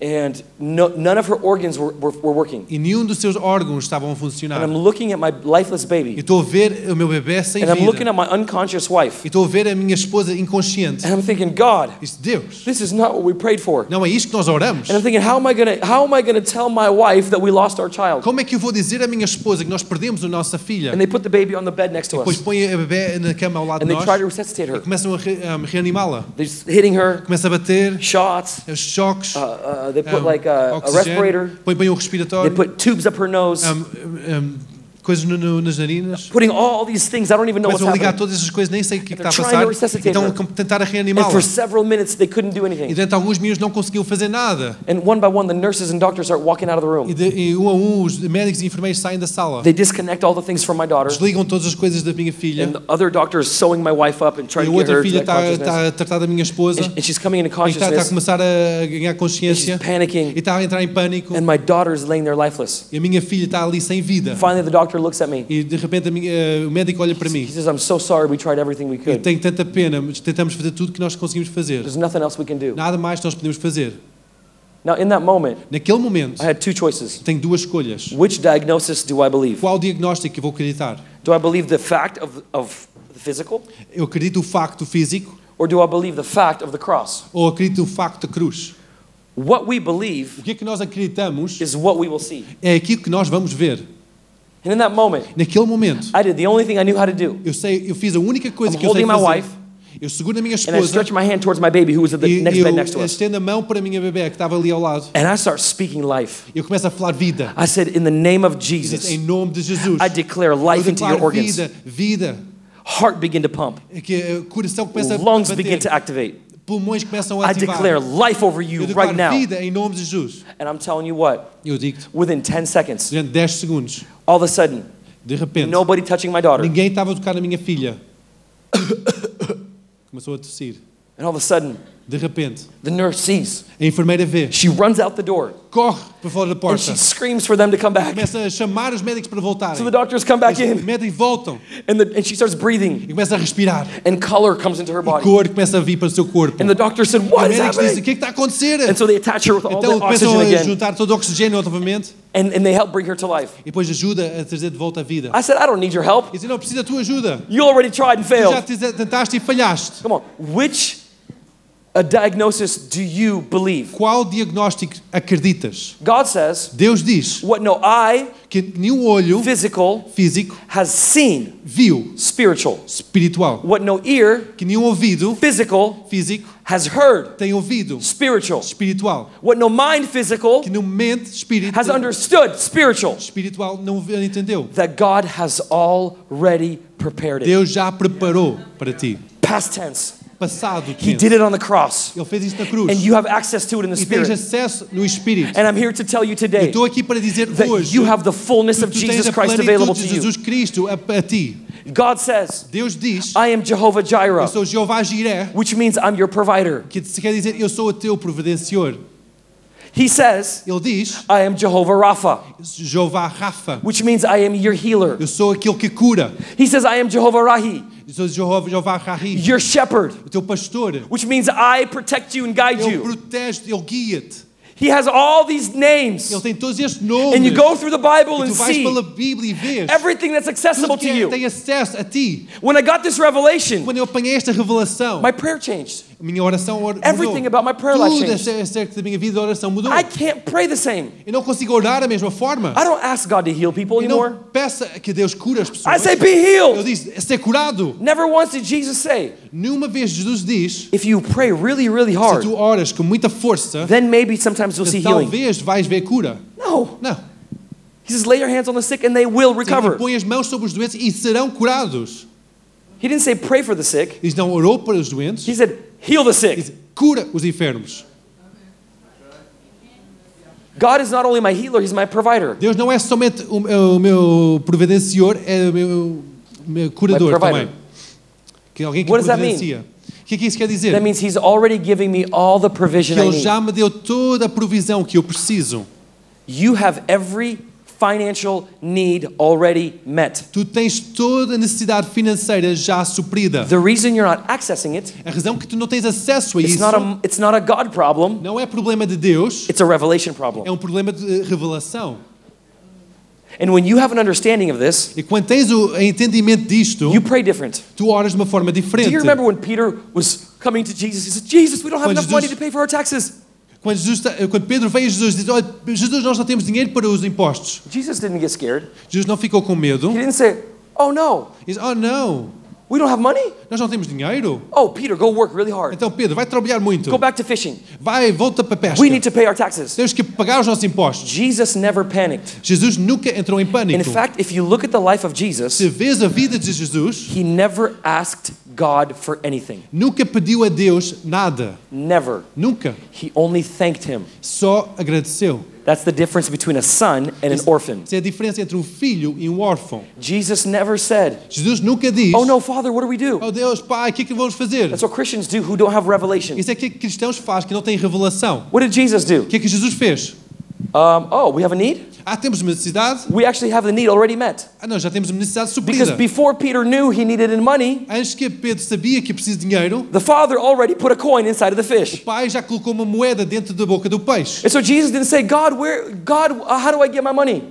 S1: and no, none of her organs were, were, were working.
S2: e nenhum dos seus órgãos estavam a funcionar.
S1: And I'm looking at my lifeless
S2: E
S1: baby,
S2: estou a ver o meu bebê sem
S1: and I'm looking
S2: vida.
S1: at my unconscious wife,
S2: E estou a ver a minha esposa inconsciente.
S1: and I'm thinking, God,
S2: Isso, Deus,
S1: this is not what we prayed for.
S2: não é isto que nós oramos.
S1: And I'm thinking, how am I gonna, how am I gonna tell my wife that we lost our child?
S2: Como é que eu vou dizer à minha esposa que nós perdemos a nossa filha?
S1: And they put the baby on the bed next to
S2: Depois
S1: us,
S2: põe a bebê na cama ao lado
S1: and
S2: de
S1: they try to
S2: nós
S1: resuscitate her.
S2: e começam a re- a reanimá-la.
S1: They're just hitting her,
S2: Começa a bater, é
S1: shots.
S2: os choques,
S1: Uh, uh, they put
S2: um,
S1: like a, a
S2: oxigênio,
S1: respirator.
S2: põe bem um
S1: They
S2: respiratório,
S1: put tubes up her nose.
S2: um, um, coisas no- no- nas narinas.
S1: putting all these things. I don't even know what's
S2: Começam a ligar
S1: happening.
S2: todas essas coisas, nem sei o que, que
S1: They're
S2: está a
S1: trying
S2: passar.
S1: to resuscitate
S2: Então
S1: her.
S2: como tentar a
S1: And
S2: reanimá-la.
S1: for several minutes, they couldn't do
S2: E
S1: anything.
S2: durante alguns minutos não conseguiu fazer nada.
S1: And one by one, the nurses and doctors start walking out of the
S2: E,
S1: room.
S2: de, e um a um os médicos e enfermeiros saem da sala.
S1: They disconnect all the things from my daughter.
S2: Desligam todas as coisas da minha
S1: And
S2: filha.
S1: the other doctor is sewing my wife up and
S2: E
S1: trying
S2: a
S1: to get
S2: outra
S1: her to
S2: filha
S1: that
S2: está,
S1: consciousness.
S2: está tá- a tratar da minha esposa.
S1: And- And she's coming into
S2: E está, está a
S1: consciousness.
S2: começar a ganhar
S1: And she's
S2: consciência. E
S1: panicking.
S2: está a entrar em pânico.
S1: And my daughter is laying there lifeless.
S2: E a minha filha está ali sem vida.
S1: Finally, the doctor looks at me.
S2: E de repente a minha- eh, o médico olha para
S1: He
S2: mim.
S1: says, I'm so sorry we tried everything we
S2: Eu
S1: could.
S2: tenho tanta pena, mas tentamos fazer tudo que nós conseguimos fazer.
S1: There's nothing else we can do.
S2: Nada mais nós podemos fazer.
S1: Now, in that moment,
S2: Naquele momento,
S1: I had two choices.
S2: tenho duas escolhas.
S1: Which diagnosis do I believe?
S2: Qual diagnóstico eu vou acreditar?
S1: Do I believe the fact of, of the physical?
S2: Eu acredito o facto físico
S1: Or do I believe the fact of the cross?
S2: ou acredito o facto da cruz?
S1: What we
S2: O
S1: believe
S2: que é que nós acreditamos
S1: is what we will see.
S2: é aquilo que nós vamos ver.
S1: And in that moment,
S2: Naquele momento,
S1: I did the only thing I knew how to do.
S2: eu sei, eu fiz a única coisa
S1: I'm
S2: que eu sei
S1: holding my
S2: fazer.
S1: wife,
S2: eu seguro a minha
S1: And I
S2: esposa
S1: stretched my hand towards my baby who was at the
S2: e
S1: next bed next to
S2: eu
S1: us.
S2: estendo a mão para a minha bebê que estava ali ao lado.
S1: And I start speaking life.
S2: Eu começo a falar vida.
S1: I said, In the name of
S2: E diz,
S1: Jesus,
S2: em nome de Jesus.
S1: I declare
S2: Eu
S1: life into your
S2: declaro
S1: organs.
S2: vida, vida.
S1: Heart begin to pump,
S2: É que eh, o coração começa
S1: lungs
S2: a
S1: begin
S2: bater,
S1: to activate.
S2: pulmões começam a
S1: I
S2: ativar.
S1: declare life over you
S2: eu
S1: right
S2: declaro
S1: now.
S2: vida em nome de Jesus.
S1: And I'm telling you what,
S2: Eu digo-te,
S1: within 10 seconds,
S2: durante 10 segunds,
S1: all of a sudden,
S2: de repente,
S1: nobody touching my daughter.
S2: ninguém estava a tocar na minha filha. Começou a tossir.
S1: And all of a sudden,
S2: De repente,
S1: the nurse sees.
S2: a enfermeira vê,
S1: She runs out the door
S2: corre para fora da
S1: and
S2: porta,
S1: she screams for them to come back.
S2: começa a chamar os médicos para voltarem.
S1: So the doctors come back
S2: Os
S1: in
S2: médicos voltam
S1: and, the, and she starts breathing.
S2: e começa a respirar.
S1: and color comes into her
S2: A
S1: body.
S2: cor começa a vir para o seu corpo.
S1: And the doctor said,
S2: Os
S1: What is
S2: médicos dizem, o
S1: happening?
S2: que é que está a acontecer?
S1: And so they attach her with all
S2: Então
S1: the
S2: começam
S1: oxygen
S2: a
S1: again,
S2: juntar todo o oxigênio novamente
S1: and, and they help bring her to life.
S2: e depois ajuda a trazer de volta a vida.
S1: I said, I don't need your help.
S2: E dizem, não, precisa da tua ajuda.
S1: You already tried and
S2: Tu
S1: failed.
S2: já te- tentaste e falhaste.
S1: Come on. Which a diagnosis do you believe?
S2: Qual diagnóstico acreditas?
S1: God says,
S2: Deus diz
S1: What no eye,
S2: que nenhum olho
S1: physical,
S2: físico
S1: has seen,
S2: viu
S1: spiritual.
S2: espiritual.
S1: What no ear,
S2: Que nenhum ouvido
S1: physical,
S2: físico
S1: has heard,
S2: tem ouvido
S1: spiritual.
S2: espiritual.
S1: What no mind, physical,
S2: Que nenhum mente espírito
S1: has understood, spiritual.
S2: espiritual não vê- entendeu.
S1: That God has already prepared it.
S2: Deus já preparou para ti.
S1: Past tense.
S2: Passado
S1: He
S2: tempo.
S1: did it on the cross.
S2: Ele fez isso na
S1: And
S2: cruz.
S1: you have access to it in the
S2: E tens
S1: Spirit.
S2: acesso no espírito.
S1: And I'm here to tell you
S2: Eu
S1: today
S2: estou aqui para dizer
S1: that
S2: hoje
S1: you have the fullness of
S2: tu tens
S1: Jesus
S2: a
S1: Christ
S2: plenitude
S1: available
S2: de
S1: to you.
S2: Jesus Cristo a, a ti.
S1: God says,
S2: Deus diz,
S1: I am Jehovah
S2: eu
S1: Jireh,
S2: sou Jeová Jiré,
S1: which means I'm your provider.
S2: que se quer dizer, eu sou o teu providenciador.
S1: He says,
S2: Ele diz,
S1: I am Jehovah Rapha,
S2: Jeová Rafa,
S1: which means I am your healer.
S2: eu sou aquele que cura.
S1: He says, I am Jehovah Rahi,
S2: Eu sou Jeová, Jeová Rahi,
S1: your shepherd,
S2: o teu pastor.
S1: which means I protect you and guide
S2: Ele
S1: you.
S2: protege, ele guia-te.
S1: He has all these
S2: Ele
S1: names.
S2: tem todos estes nomes.
S1: And you go through the Bible
S2: E
S1: and
S2: tu vais pela
S1: see
S2: Bíblia e vês
S1: everything that's accessible
S2: tudo
S1: to
S2: que é-
S1: you.
S2: tem acesso a ti.
S1: When I got this revelation,
S2: Quando eu apanhei esta revelação,
S1: my prayer changed.
S2: a minha oração or-
S1: Everything
S2: mudou.
S1: about my prayer life
S2: Tudo
S1: changed.
S2: acer- acerca da minha vida de oração mudou.
S1: I can't pray the same.
S2: Eu não consigo orar da mesma forma.
S1: I don't ask God to heal people
S2: Eu
S1: anymore.
S2: não peço que Deus cure as
S1: I
S2: pessoas.
S1: say, be
S2: Eu
S1: healed.
S2: disse, ser curado.
S1: Never once did Jesus say,
S2: Nenhuma vez Jesus diz,
S1: if you pray really, really
S2: se
S1: hard,
S2: tu oras com muita força,
S1: then maybe sometimes you'll see healing.
S2: talvez vais ver cura.
S1: No.
S2: Não.
S1: He says, lay your hands on the sick and they will
S2: Ele
S1: recover.
S2: põe as mãos sobre os doentes e serão curados.
S1: He didn't say, pray for the sick.
S2: Diz, não orou para os doentes,
S1: He said, heal the sick.
S2: diz, cura os enfermos.
S1: God is not only my healer, He's my provider.
S2: Deus não é somente o, o meu providenciador, é o meu, meu curador
S1: My provider.
S2: também. Que é alguém que
S1: What does that
S2: providencia. O que é que isso quer dizer?
S1: That means He's already giving me all the
S2: que
S1: provision I
S2: Ele
S1: need.
S2: já me deu toda a provisão que eu preciso.
S1: You have every financial need already met.
S2: Tu tens toda a necessidade financeira já suprida.
S1: The reason you're not accessing it,
S2: A razão que tu não tens acesso a
S1: it's
S2: isso
S1: not a, it's not a God problem,
S2: não é problema de Deus,
S1: it's a revelation
S2: é
S1: problem.
S2: um problema de revelação.
S1: And when you have an understanding of this,
S2: E quando tens o entendimento disto,
S1: you pray different.
S2: tu oras de uma forma
S1: Do
S2: diferente.
S1: you remember when Peter was coming to Jesus? He said, Jesus, we don't have
S2: Quando
S1: enough money to
S2: Jesus-
S1: pay for our taxes.
S2: Quando, Jesus ta- quando Pedro veio a Jesus e disse, olha, Jesus, nós não temos dinheiro para os impostos.
S1: Jesus didn't get scared.
S2: Jesus não ficou com medo.
S1: He
S2: Ele
S1: didn't say, Oh no,
S2: disse, oh não,
S1: we don't have money?
S2: nós não temos dinheiro.
S1: Oh, Peter, go work really hard.
S2: Então Pedro, vai trabalhar muito.
S1: Go back to fishing.
S2: Vai, volta para a pesca.
S1: We need to pay our taxes.
S2: Temos que pagar os nossos impostos.
S1: Jesus never panicked.
S2: Jesus nunca entrou em
S1: In
S2: pânico.
S1: fact, if you look at the life of Jesus,
S2: Se vês a vida de Jesus,
S1: he never asked God for anything.
S2: nunca pediu a Deus nada.
S1: Never.
S2: Nunca.
S1: He only thanked him.
S2: Só agradeceu.
S1: That's the difference between a son and an orphan.
S2: Essa é a diferença entre um filho e um órfão.
S1: Jesus never said,
S2: Jesus nunca diz,
S1: Oh no, Father, what do we do?
S2: oh Deus, pai, o que é que vamos fazer?
S1: That's what Christians do who don't have revelation.
S2: Isso é o que cristãos fazem, que não têm revelação.
S1: What did Jesus do?
S2: O que é que Jesus fez?
S1: Um, oh, we have a need?
S2: Ah, temos uma necessidade?
S1: We actually have the need already met.
S2: Ah, não, já temos uma necessidade
S1: Because
S2: suprida.
S1: before Peter knew he needed in money,
S2: Antes que Pedro sabia que precisa de dinheiro,
S1: the Father already put a coin inside of the
S2: o
S1: fish.
S2: pai já colocou uma moeda dentro da boca do peixe.
S1: And so Jesus didn't say, God, where, God, uh, how do I get my money?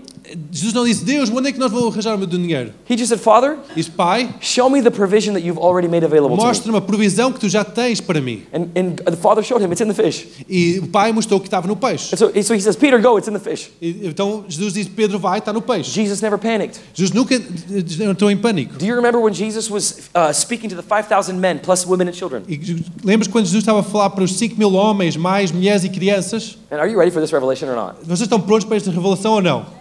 S2: Jesus não disse, Deus, onde é que nós vamos arranjar o meu dinheiro?
S1: He just said, Father,
S2: Diz, pai,
S1: show me the provision that you've already made available to me.
S2: mostra-me a provisão que tu já tens para mim.
S1: And, and the Father showed him, it's in the fish.
S2: E o pai mostrou que estava no peixe.
S1: And so, so he says, Peter, go, it's in the fish.
S2: E, então Jesus disse, Pedro, vai, está no peixe.
S1: Jesus never panicked.
S2: Jesus nunca eh, entrou em pânico.
S1: Do you remember when Jesus was uh, speaking to the 5,000 men, plus women and children?
S2: E lembras quando Jesus estava a falar para os 5 mil homens, mais mulheres e crianças?
S1: And are you ready for this revelation or not?
S2: Vocês estão prontos para esta revelação ou não?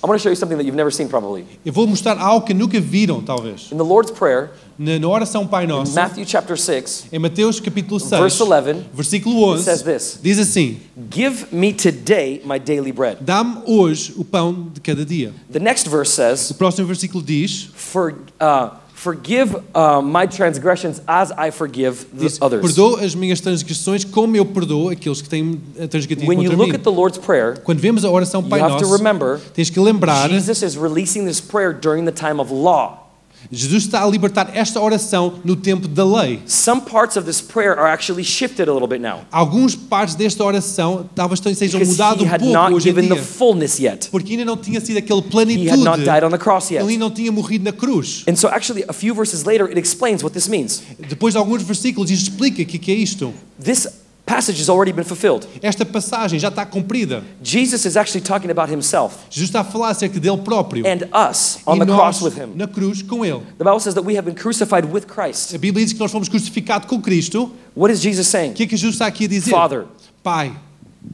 S1: I'm going to show you something that you've never seen probably.
S2: Eu vou mostrar algo que nunca viram, talvez.
S1: In the Lord's Prayer,
S2: Na, na oração Pai Nosso,
S1: Matthew chapter 6,
S2: em Mateus capítulo 6,
S1: verse 11,
S2: versículo
S1: it says
S2: 11,
S1: this
S2: diz assim,
S1: Give me today my daily bread.
S2: Dá-me hoje o pão de cada dia.
S1: The next verse
S2: O
S1: says,
S2: próximo versículo diz,
S1: For, uh, Forgive uh, my transgressions as I forgive the
S2: diz
S1: others.
S2: Perdoa as minhas transgressões como eu perdoo aqueles que têm eh, transgredido
S1: When you
S2: contra
S1: look
S2: mim.
S1: at the Lord's Prayer,
S2: Quando vemos a oração
S1: you
S2: Pai
S1: have to
S2: Nosso,
S1: remember
S2: tens que lembrar,
S1: Jesus is releasing this prayer during the time of law.
S2: Jesus está a libertar esta oração no tempo da lei.
S1: Some parts of this prayer are actually shifted a little bit now
S2: Alguns partes desta oração talvez sejam
S1: because
S2: mudado
S1: he
S2: um
S1: had
S2: pouco
S1: not
S2: hoje em
S1: given the
S2: dia,
S1: fullness yet.
S2: porque ainda não tinha sido aquele
S1: He had not
S2: plenitude,
S1: died on the cross
S2: ele
S1: yet.
S2: ainda não tinha morrido na cruz.
S1: And so, actually, a few verses later, it explains what this means.
S2: Depois de alguns versículos, isto explica o que que é isto.
S1: This passage has already been fulfilled.
S2: Esta passagem já está cumprida.
S1: Jesus is actually talking about himself
S2: Jesus está a falar acerca dele próprio
S1: and us on
S2: e
S1: the
S2: nós
S1: cross with him.
S2: na cruz com ele.
S1: The Bible says that we have been crucified with
S2: A
S1: Christ.
S2: Bíblia diz que nós fomos crucificados com Cristo.
S1: What is Jesus
S2: O
S1: saying?
S2: que é que Jesus está aqui a dizer?
S1: Father.
S2: Pai,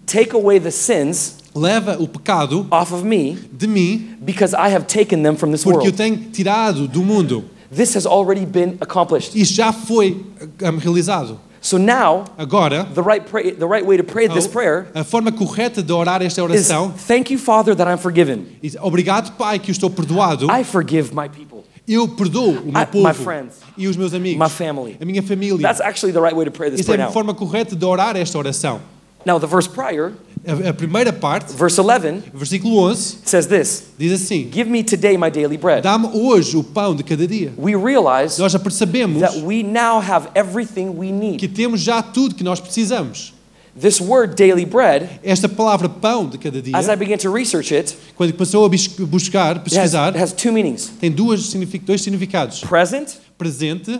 S1: Take away the sins
S2: leva o pecado
S1: off of me
S2: de mim,
S1: because I have taken them from this
S2: porque eu
S1: world.
S2: tenho tirado do mundo.
S1: This has already been accomplished.
S2: Isto já foi hum, realizado.
S1: So now
S2: Agora, então,
S1: the right pray, the right way to pray this prayer
S2: a forma correta de orar esta
S1: is
S2: oração
S1: thank you father that I'm forgiven.
S2: é obrigado, Pai, que eu estou perdoado.
S1: I forgive my people.
S2: Eu perdoo o meu
S1: I-
S2: povo
S1: my friends.
S2: e os meus amigos,
S1: My family.
S2: a minha família.
S1: That's actually the right way to pray this
S2: Esta
S1: prayer
S2: é a
S1: now.
S2: forma correta de orar esta oração.
S1: Now the verse prior,
S2: A, a primeira parte,
S1: verse 11
S2: versículo 11,
S1: says this,
S2: diz assim:
S1: give me today my daily bread.
S2: Dá-me hoje o pão de cada dia.
S1: We realize
S2: Nós já percebemos
S1: that we now have everything we
S2: que
S1: need.
S2: temos já tudo que nós precisamos.
S1: This word daily bread,
S2: Esta palavra pão de cada dia,
S1: as I began to research it,
S2: quando passou a bis- buscar,
S1: it has,
S2: pesquisar,
S1: it has two meanings.
S2: tem duas signific- dois significados:
S1: Present
S2: presente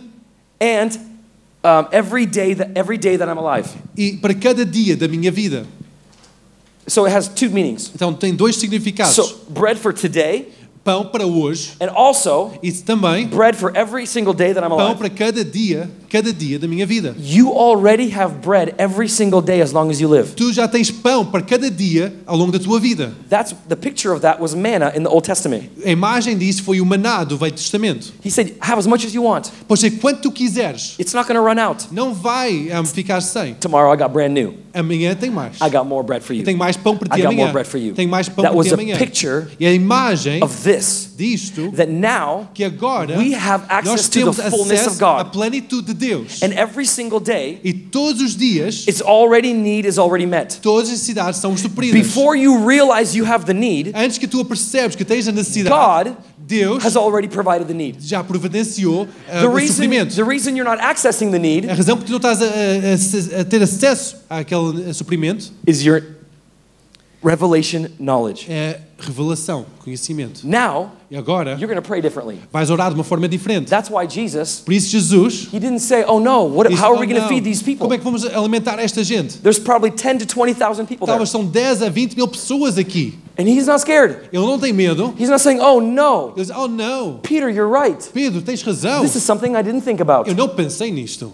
S1: and um, every day that every day that I'm alive.
S2: e para cada dia da minha vida.
S1: So it has two meanings.
S2: Então tem dois significados:
S1: So bread for today
S2: pão para hoje
S1: and also
S2: e também
S1: bread for every single day that I'm
S2: pão
S1: alive.
S2: para cada dia, cada dia da minha vida.
S1: You already have bread every single day as long as you live.
S2: Tu já tens pão para cada dia ao longo da tua vida.
S1: That's the picture of that was manna in the Old Testament.
S2: A imagem disso foi o maná do Velho Testamento.
S1: He said, "Have as much as you want.
S2: Pode ser quanto tu quiseres.
S1: It's not going to run out.
S2: Não vai hum, ficar sem.
S1: Tomorrow I got brand new.
S2: Amanhã tem mais.
S1: I got more bread for you."
S2: Tem mais pão para
S1: I
S2: ti
S1: got
S2: amanhã.
S1: more bread for you.
S2: Tem mais pão
S1: That
S2: para
S1: was
S2: ti
S1: a
S2: amanhã.
S1: picture
S2: E a imagem
S1: Of this,
S2: disto
S1: that now
S2: que agora
S1: we have access to
S2: nós
S1: the
S2: temos
S1: fullness of
S2: acesso
S1: God.
S2: à plenitude de Deus.
S1: And every single day,
S2: E todos os dias,
S1: it's already need is already met.
S2: todas as necessidades são supridas.
S1: Before you realize you have the need,
S2: Antes que tu a percebes que tens a necessidade,
S1: God
S2: Deus
S1: has already provided the need.
S2: já providenciou ah,
S1: The
S2: o
S1: reason,
S2: suprimento.
S1: the reason you're not accessing the
S2: A
S1: need
S2: razão por que tu não estás a, a- a- a ter acesso àquele suprimento
S1: is your revelation knowledge.
S2: é revelação, conhecimento.
S1: Now,
S2: E agora
S1: you're going to pray differently.
S2: vais orar de uma forma diferente.
S1: That's why Jesus,
S2: Por isso Jesus
S1: he didn't say, "Oh no, what
S2: disse,
S1: how are
S2: "Oh,
S1: we going to
S2: não,
S1: feed these
S2: Como
S1: people?"
S2: é que vamos alimentar esta gente?
S1: There's probably 10 to 20,000 people there.
S2: Talvez são 10 a 20 mil pessoas aqui.
S1: And he's not scared.
S2: Ele não tem medo.
S1: He's not saying, "Oh no,
S2: Ele diz, oh não,
S1: Peter, you're right.
S2: Pedro, tens razão.
S1: This is something I didn't think about."
S2: Eu não pensei nisto.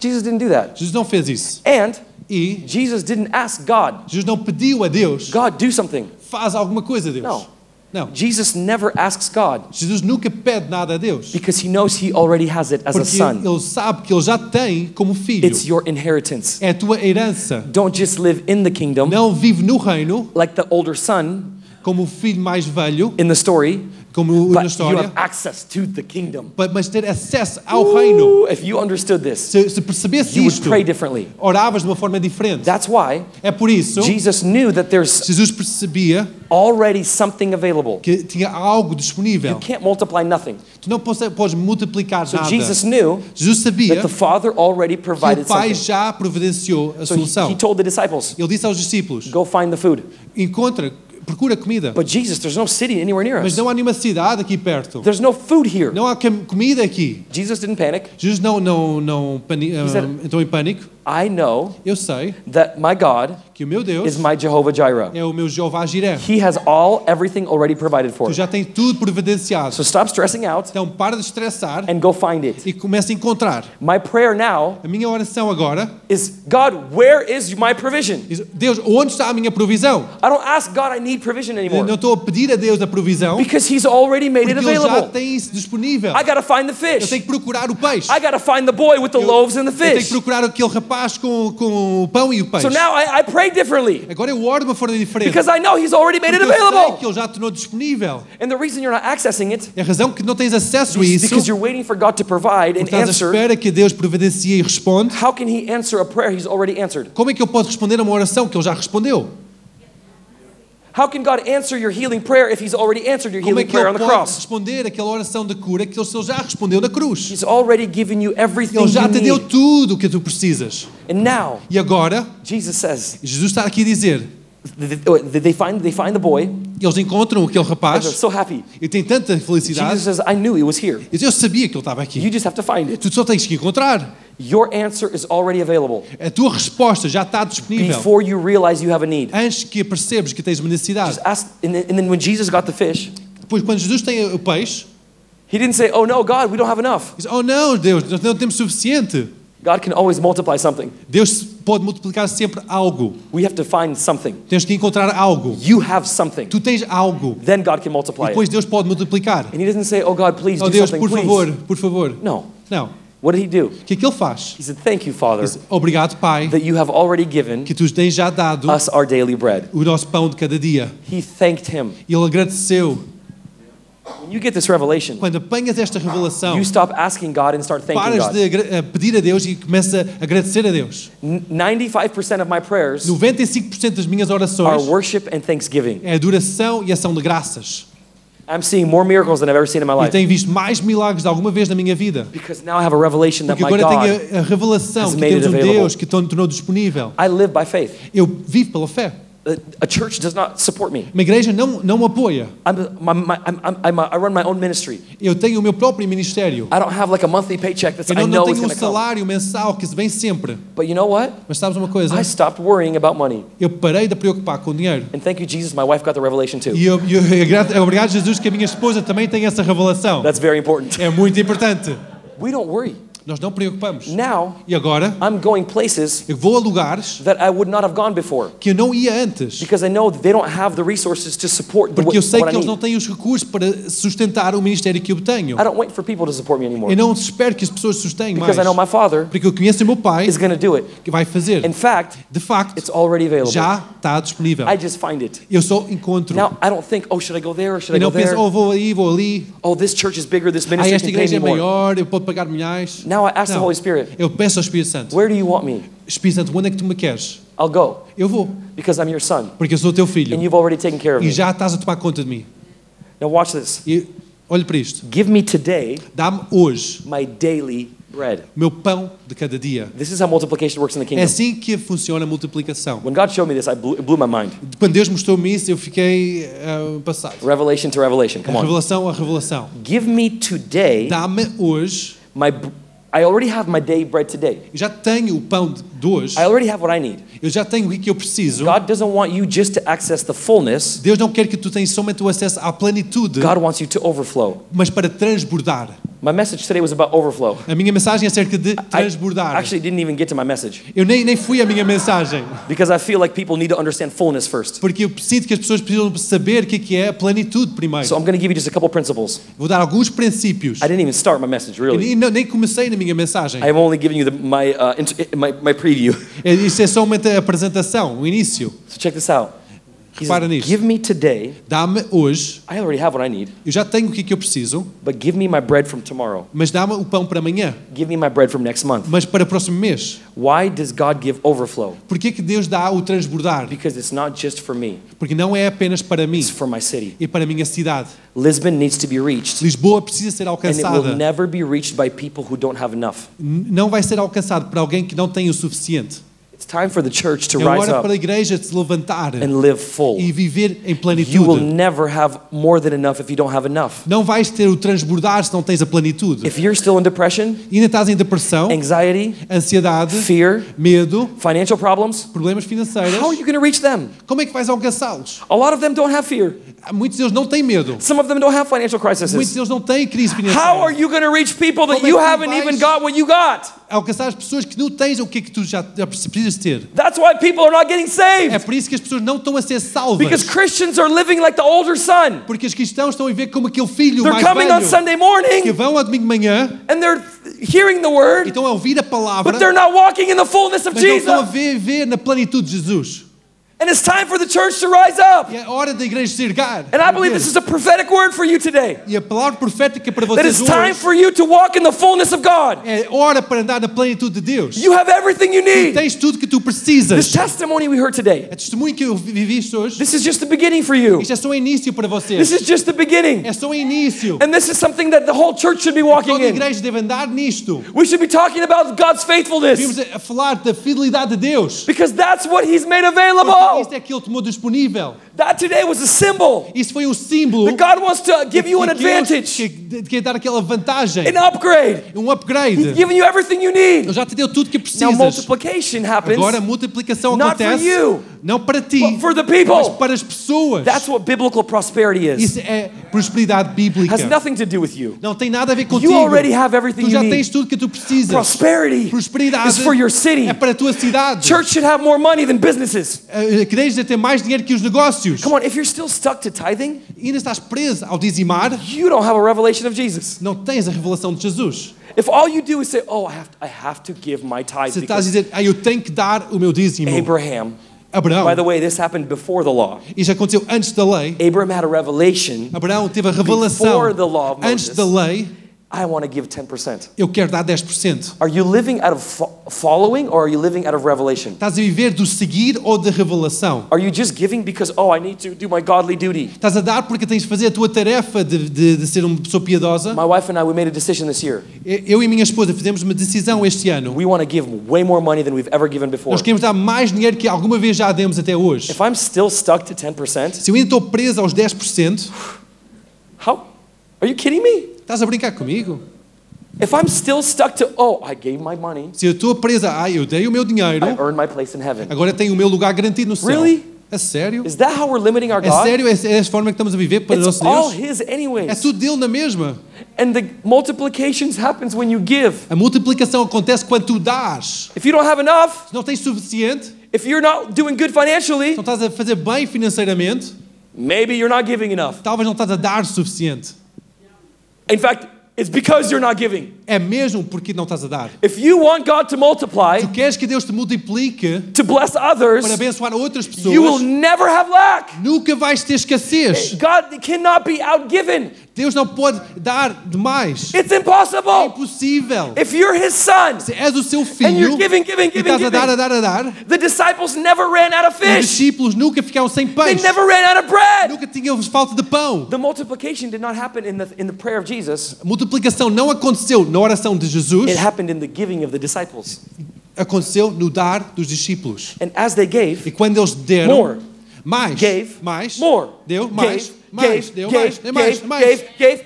S1: Jesus didn't do that.
S2: Jesus não fez isso.
S1: And
S2: E
S1: Jesus didn't ask God,
S2: Jesus não pediu a Deus,
S1: "God, do something."
S2: faz alguma coisa, Deus.
S1: Não.
S2: Não.
S1: Jesus never asks God
S2: Jesus nunca pede nada a Deus.
S1: because he knows he already has it as a
S2: Porque
S1: son.
S2: ele sabe que ele já tem como filho.
S1: It's your inheritance.
S2: É a tua herança.
S1: Don't just live in the kingdom
S2: Não vive no reino
S1: like the older son
S2: como o filho mais velho,
S1: in the story,
S2: como na
S1: but you
S2: história,
S1: have access to the kingdom.
S2: pa- mas ter acesso ao reino.
S1: Ooh, If you understood this,
S2: Se, se percebesse
S1: you would
S2: isto,
S1: pray differently.
S2: oravas de uma forma diferente.
S1: That's why
S2: É por isso
S1: Jesus knew that there's
S2: Jesus percebia
S1: already something available.
S2: que tinha algo
S1: You
S2: disponível.
S1: can't multiply nothing.
S2: Tu não podes, podes multiplicar
S1: So
S2: nada.
S1: Jesus knew
S2: Jesus sabia
S1: that the
S2: que
S1: Father already
S2: o
S1: provided
S2: Pai
S1: something.
S2: já providenciou a
S1: So he,
S2: solução.
S1: he told the disciples,
S2: Ele disse aos discípulos:
S1: go find the food.
S2: encontra, procura comida.
S1: But Jesus, there's no city anywhere near
S2: Mas
S1: us.
S2: não há nenhuma cidade aqui perto.
S1: There's no food here.
S2: Não há cam- comida aqui.
S1: Jesus didn't panic.
S2: Jesus não, não, não pani-
S1: said-
S2: ah, entrou em pânico.
S1: I know
S2: Eu sei
S1: that my God
S2: que o meu Deus
S1: is my Jehovah Jireh.
S2: é o meu Jeová Jiré.
S1: He has all everything already provided
S2: Tu
S1: for.
S2: já tens tudo providenciado.
S1: So stop stressing out
S2: Então para de estressar
S1: and go find it.
S2: e começa a encontrar.
S1: My prayer now
S2: A minha oração agora
S1: is God, where is my provision?
S2: diz: Deus, onde está a minha provisão?
S1: I don't ask God I need provision
S2: Eu não
S1: anymore
S2: estou a pedir a Deus a provisão, porque
S1: because he's already made it
S2: Ele já
S1: available.
S2: tem isso disponível.
S1: I got to find the
S2: Eu
S1: fish.
S2: tenho que procurar o peixe.
S1: I got to find the boy with the loaves and the
S2: Eu tenho que
S1: fish.
S2: procurar aquele rapaz com, com o pão e o peixe.
S1: So now I, I pray differently
S2: Agora eu oro de uma forma diferente.
S1: because I know he's already made
S2: porque
S1: it
S2: eu sei que
S1: available.
S2: Ele já tornou disponível.
S1: And the reason you're not accessing it
S2: É a razão que não tens acesso a
S1: is
S2: isso.
S1: because you're waiting for God to provide an
S2: Estás à
S1: answer.
S2: espera que Deus providencie e responde.
S1: How can he answer a prayer he's already answered?
S2: Como é que eu posso responder a uma oração que Ele já respondeu?
S1: How can God answer your healing prayer if He's already answered your
S2: Como é
S1: healing
S2: que
S1: prayer
S2: Ele
S1: on the
S2: pode
S1: cross?
S2: responder aquela oração de cura que Ele já respondeu na cruz?
S1: He's already given you everything
S2: Ele já
S1: you
S2: te deu
S1: need.
S2: tudo o que tu precisas.
S1: And now,
S2: E agora,
S1: Jesus says,
S2: Jesus está aqui a dizer,
S1: th- oh, th- they find, they find the boy,
S2: eles encontram aquele
S1: and
S2: rapaz
S1: they're so happy.
S2: e tem tanta
S1: Jesus
S2: felicidade.
S1: says, I knew he was here.
S2: Ele diz, Eu sabia que ele estava
S1: You
S2: aqui.
S1: just have to find it.
S2: Tu só tens que encontrar.
S1: Your answer is already available
S2: A tua resposta já está disponível
S1: before you realize you have a need.
S2: antes que percebes que tens uma necessidade.
S1: Just ask, and then, and then when Jesus got the fish,
S2: Depois, quando Jesus tem o peixe,
S1: he didn't say, Oh no, God, we don't have enough.
S2: diz: Oh não, Deus, nós não temos suficiente.
S1: God can always multiply something.
S2: Deus pode multiplicar sempre algo.
S1: We have to find something.
S2: Tens que encontrar algo.
S1: You have something.
S2: Tu tens algo.
S1: Then God can multiply it.
S2: Depois Deus pode multiplicar.
S1: And he doesn't say, Oh God, please
S2: Oh
S1: do
S2: Deus,
S1: something.
S2: por
S1: please.
S2: favor, por favor.
S1: No.
S2: Não.
S1: What did he do?
S2: O que é que ele faz?
S1: He said, Thank you, Father,
S2: Diz, Obrigado, Pai,
S1: that you have already given
S2: que tu tens já dado
S1: us our daily bread.
S2: o nosso pão de cada dia.
S1: He thanked him.
S2: E ele agradeceu.
S1: When you get this revelation,
S2: Quando apanhas esta revelação,
S1: Ah, you stop asking God and start thanking
S2: paras de
S1: God.
S2: agra- a pedir a Deus e começa a agradecer a Deus.
S1: N- 95% of my prayers
S2: 95% das minhas
S1: are
S2: orações
S1: worship and thanksgiving.
S2: é adoração e ação de graças.
S1: I'm seeing more miracles than I've ever seen in my
S2: E
S1: life
S2: tenho visto mais milagres de alguma vez na minha vida.
S1: because now I have a revelation that
S2: Porque
S1: my
S2: agora
S1: God,
S2: tenho a, a revelação
S1: has
S2: que
S1: made
S2: temos
S1: it
S2: um
S1: available.
S2: Deus que to- tornou disponível.
S1: I live by faith.
S2: Eu vivo pela fé.
S1: A a church does not support me.
S2: Uma igreja não, não me apoia.
S1: I'm a, my, my, I'm, I'm, I'm a, I run my own ministry.
S2: Eu tenho o meu próprio ministério.
S1: I don't have like a monthly paycheck that's
S2: Eu
S1: I
S2: não, não
S1: know is
S2: tenho um
S1: going to come.
S2: salário mensal que se vem sempre.
S1: But you know what?
S2: Mas sabes uma coisa?
S1: I stopped worrying about money.
S2: Eu parei de preocupar com o dinheiro.
S1: And thank you, Jesus, my wife got the revelation too.
S2: E eu, eu, agra- obrigado, Jesus, que a minha esposa também tem essa revelação.
S1: That's very important.
S2: É muito importante.
S1: We don't worry.
S2: Nós não preocupamos.
S1: Now,
S2: E agora,
S1: I'm going places
S2: eu vou a lugares
S1: that I would not have gone before
S2: que eu não ia antes.
S1: because I know that they don't have the resources to support the,
S2: Porque eu sei
S1: what
S2: que
S1: I
S2: eles não
S1: need.
S2: têm os recursos para sustentar o ministério que eu tenho.
S1: I don't wait for people to support me anymore
S2: Eu não espero que as pessoas sustenham mais.
S1: because I know my Father
S2: Porque eu conheço o meu pai
S1: is going to do it.
S2: que vai fazer.
S1: In fact,
S2: De facto,
S1: it's already available.
S2: já está disponível.
S1: I just find it.
S2: Eu só encontro.
S1: Now, I don't think, oh, should I go there or should
S2: E
S1: I go
S2: não penso,
S1: there?
S2: oh, vou aí, vou ali.
S1: Oh, this church is bigger, this
S2: Ah,
S1: ministry
S2: esta
S1: can pay
S2: igreja
S1: me
S2: é
S1: more.
S2: maior, eu posso pagar milhares.
S1: Now I ask the
S2: Não.
S1: Holy Spirit,
S2: Eu peço ao Espírito Santo:
S1: Where do you want me?
S2: Espírito Santo, onde é que tu me queres?
S1: I'll go
S2: Eu vou,
S1: because I'm your son
S2: porque eu sou teu
S1: and
S2: filho
S1: you've already taken care of
S2: e
S1: me.
S2: já estás a tomar conta de mim.
S1: Now, watch this.
S2: E olhe para isto:
S1: Give me today
S2: dá-me hoje
S1: my daily bread.
S2: o meu pão de cada dia.
S1: This is how multiplication works in the
S2: É
S1: kingdom.
S2: assim que funciona a multiplicação.
S1: When God showed me this, I blew, it blew my mind.
S2: Quando Deus mostrou-me isso, eu fiquei ah, passado.
S1: Revelation to revelation.
S2: A
S1: Come on.
S2: revelação a revelação.
S1: Give me today
S2: Dá-me hoje,
S1: my. b- I already have my day bread today.
S2: já tenho o pão de, de hoje,
S1: I already have what I need.
S2: eu já tenho o que eu preciso.
S1: God doesn't want you just to access the fullness.
S2: Deus não quer que tu tenhas somente o acesso à plenitude,
S1: God wants you to overflow.
S2: mas para transbordar.
S1: My message today was about overflow.
S2: A minha mensagem é acerca de
S1: I
S2: transbordar.
S1: actually didn't even get to my message
S2: Eu nem, nem fui a minha mensagem,
S1: because I feel like people need to understand fullness first.
S2: porque eu sinto que as pessoas precisam saber o que é que é a plenitude primeiro.
S1: So I'm going to give you just a couple principles.
S2: Vou dar alguns princípios.
S1: I didn't even start my message
S2: Eu
S1: really.
S2: nem, não- nem comecei na minha mensagem.
S1: I'm only giving you the, my, uh, int- my my preview.
S2: É- Isso é somente a apresentação, o início.
S1: So check this out. He says,
S2: Repara nisto.
S1: give me today.
S2: Dá-me hoje,
S1: I already have what I need,
S2: eu já tenho o que é que eu preciso,
S1: but give me my bread from tomorrow.
S2: mas dá-me o pão para amanhã,
S1: Give me my bread from next month.
S2: mas para o próximo mês.
S1: Why does God give overflow?
S2: Porquê que Deus dá o transbordar?
S1: Because it's not just for me.
S2: Porque não é apenas para mim,
S1: It's for my city.
S2: é para a minha cidade.
S1: Lisbon needs to be reached.
S2: Lisboa precisa ser
S1: And it will
S2: alcançada.
S1: never be reached by people who don't have enough.
S2: N- Não vai ser alcançado por alguém que não tem o suficiente.
S1: It's time for the church to
S2: É
S1: rise
S2: hora para
S1: up
S2: a igreja se levantar
S1: and live full.
S2: e viver em
S1: You will
S2: plenitude.
S1: never have more than enough if you don't have enough.
S2: Não vais ter o transbordar se não tens a plenitude.
S1: If you're still in depression,
S2: Ainda estás em depressão,
S1: anxiety,
S2: ansiedade,
S1: fear,
S2: medo,
S1: financial problems,
S2: problemas
S1: how are
S2: financeiros.
S1: you going to reach them?
S2: Como é que vais alcançá-los?
S1: A lot of them don't have fear.
S2: Muitos deles não têm medo.
S1: Some of them don't have financial
S2: Muitos
S1: crises.
S2: deles não têm crise
S1: How are
S2: financeira.
S1: you going to reach people that
S2: Como é
S1: you
S2: que tu
S1: haven't
S2: vais-
S1: even got what you got?
S2: Alcançar as pessoas que não tens o que é que tu já já precisas ter.
S1: That's why people are not getting
S2: É
S1: saved.
S2: por isso que as pessoas não estão a ser
S1: Because
S2: salvas.
S1: Christians are living like the older son.
S2: Porque os cristãos estão a viver como aquele filho
S1: They're
S2: mais
S1: coming on
S2: velho
S1: Sunday
S2: que
S1: morning
S2: vão ao domingo de manhã
S1: and they're hearing the
S2: e
S1: word,
S2: estão a ouvir a palavra,
S1: but they're not walking in the fullness of
S2: mas não estão
S1: Jesus.
S2: a viver na plenitude de Jesus.
S1: And it's time for the church to rise up.
S2: E é hora da igreja se ergar.
S1: And I believe this is a prophetic word for you today.
S2: E a palavra profética para
S1: That
S2: vocês
S1: it's time
S2: hoje
S1: for you to walk in the fullness of God.
S2: é hora para andar na plenitude de Deus.
S1: You have everything you need.
S2: Tens tudo que tu
S1: This
S2: precisas.
S1: testimony we heard today,
S2: A testemunho que eu viviste hoje,
S1: this is just the beginning for you.
S2: isto é só o início para vocês.
S1: This is just the beginning.
S2: É só o início.
S1: And this is something that the whole church should be walking
S2: Toda a
S1: in.
S2: igreja deve andar nisto.
S1: We should be talking about God's faithfulness
S2: Vimos a a falar da fidelidade de Deus.
S1: because that's what He's made
S2: Porque Isto
S1: available.
S2: é que Ele tomou disponível.
S1: That today was a symbol
S2: Isso foi um símbolo
S1: that God wants to give you an
S2: que Deus
S1: advantage,
S2: que- de- de dar aquela vantagem,
S1: an upgrade,
S2: um upgrade.
S1: giving you everything you
S2: Ele
S1: need.
S2: já te deu tudo que
S1: Now,
S2: precisas.
S1: multiplication
S2: Agora a
S1: happens.
S2: multiplicação
S1: Not
S2: acontece
S1: for you,
S2: não para ti,
S1: but for the people.
S2: mas para as pessoas.
S1: That's what biblical prosperity is.
S2: Isso é prosperidade bíblica.
S1: has nothing to do with you.
S2: Não tem nada a ver contigo.
S1: already have everything
S2: tu já
S1: you need.
S2: tens tudo que tu precisas.
S1: Prosperity
S2: Prosperidade
S1: is for your city.
S2: é para a tua cidade. Eh,
S1: Church should have more money than businesses.
S2: A a igreja tem mais dinheiro que os negócios.
S1: Come on, if you're still stuck to tithing,
S2: E ainda estás preso ao dizimar,
S1: you don't have a revelation of Jesus.
S2: não tens a revelação de Jesus.
S1: If all you do is say, "Oh, I have to, I have to give my tithe
S2: Se estás a
S1: because
S2: dizer, ah, eu tenho que dar o meu dízimo.
S1: Abraham."
S2: Abraão,
S1: By the way, this happened before the law.
S2: isso aconteceu antes da lei.
S1: Abraham had a revelation.
S2: Abraão teve a revelação
S1: Before the law of
S2: antes
S1: Moses.
S2: da lei.
S1: I want to give 10%.
S2: Eu quero dar 10%.
S1: Are you living out of fo- following or are you living out of revelation?
S2: Estás a viver do seguir ou da revelação?
S1: Are you just giving because oh, I need to do my godly duty?
S2: Estás a dar porque tens de fazer a tua tarefa de, de- de ser uma pessoa piedosa?
S1: My wife and I we made a decision this year.
S2: Eu e minha esposa fizemos uma decisão este ano.
S1: We want to give way more money than we've ever given before.
S2: Nós queremos dar mais dinheiro que alguma vez já demos até hoje.
S1: If I'm still stuck to 10%,
S2: Se eu ainda estou preso aos 10%,
S1: How? Are you kidding me?
S2: estás a brincar comigo?
S1: If I'm still stuck to, oh, I gave my money,
S2: Se eu estou preso a, ah, eu dei o meu dinheiro,
S1: I earned my place in heaven.
S2: agora tenho o meu lugar garantido no céu.
S1: Really?
S2: É sério?
S1: Is that how we're limiting our
S2: É
S1: God?
S2: sério? É, é a forma que estamos a viver para o
S1: It's
S2: nosso
S1: all His,
S2: Deus? É
S1: anyways.
S2: tudo dele na mesma.
S1: And the multiplications happens when you give.
S2: A multiplicação acontece quando tu dás.
S1: If you don't have enough,
S2: Se não tens suficiente, se
S1: if you're not doing good financially,
S2: não estás a fazer bem financeiramente,
S1: maybe you're not giving enough.
S2: talvez não estás a dar o suficiente.
S1: In fact, it's because you're not giving.
S2: É mesmo porque não estás a dar.
S1: If you want God to multiply,
S2: Tu queres que Deus te multiplique
S1: to bless
S2: para
S1: others,
S2: abençoar outras
S1: you will
S2: pessoas,
S1: never have lack.
S2: nunca vais ter escassez.
S1: God cannot be outgiven.
S2: Deus não pode dar demais.
S1: It's
S2: É
S1: impossible.
S2: impossível.
S1: If you're his son,
S2: Se és o seu
S1: And you're
S2: filho
S1: giving, giving,
S2: e
S1: giving,
S2: estás a dar,
S1: giving.
S2: a dar, a dar,
S1: The disciples never ran out of
S2: os
S1: fish.
S2: discípulos nunca ficaram sem
S1: They
S2: peixe.
S1: never ran out of bread.
S2: Nunca tinham falta de pão.
S1: The multiplication did not happen in the, in the prayer of Jesus.
S2: A multiplicação não aconteceu na oração de Jesus,
S1: It happened in the giving of the disciples.
S2: aconteceu no dar dos discípulos.
S1: And as they
S2: E
S1: gave,
S2: quando eles deram,
S1: More.
S2: mais,
S1: gave,
S2: mais,
S1: more,
S2: deu,
S1: gave,
S2: mais, mais,
S1: gave,
S2: deu, mais,
S1: gave,
S2: deu, mais,
S1: gave,
S2: mais.
S1: gave, gave.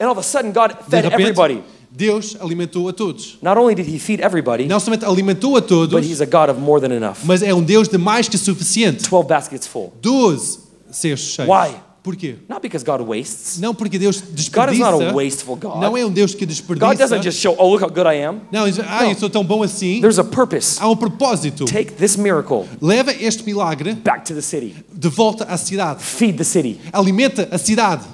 S1: And all of a sudden, God
S2: De
S1: fed
S2: repente,
S1: everybody.
S2: Deus alimentou a todos.
S1: Not only did he feed everybody,
S2: Não somente alimentou a
S1: but
S2: todos,
S1: he's a God of more than enough.
S2: mas é um Deus de mais que suficiente.
S1: 12 baskets full.
S2: Doze cestos cheios.
S1: Why?
S2: Porquê?
S1: Not because God wastes.
S2: Não porque Deus
S1: God is
S2: desperdiça.
S1: not a wasteful God.
S2: Não é um Deus que
S1: God doesn't
S2: desperdiça.
S1: just show, oh, look how good I am.
S2: Não, diz, ah, eu
S1: No.
S2: sou tão bom assim.
S1: There's a purpose.
S2: Há um propósito.
S1: Take this miracle
S2: Leva este milagre
S1: back to the city.
S2: de volta à cidade.
S1: Feed the city.
S2: Alimenta a cidade.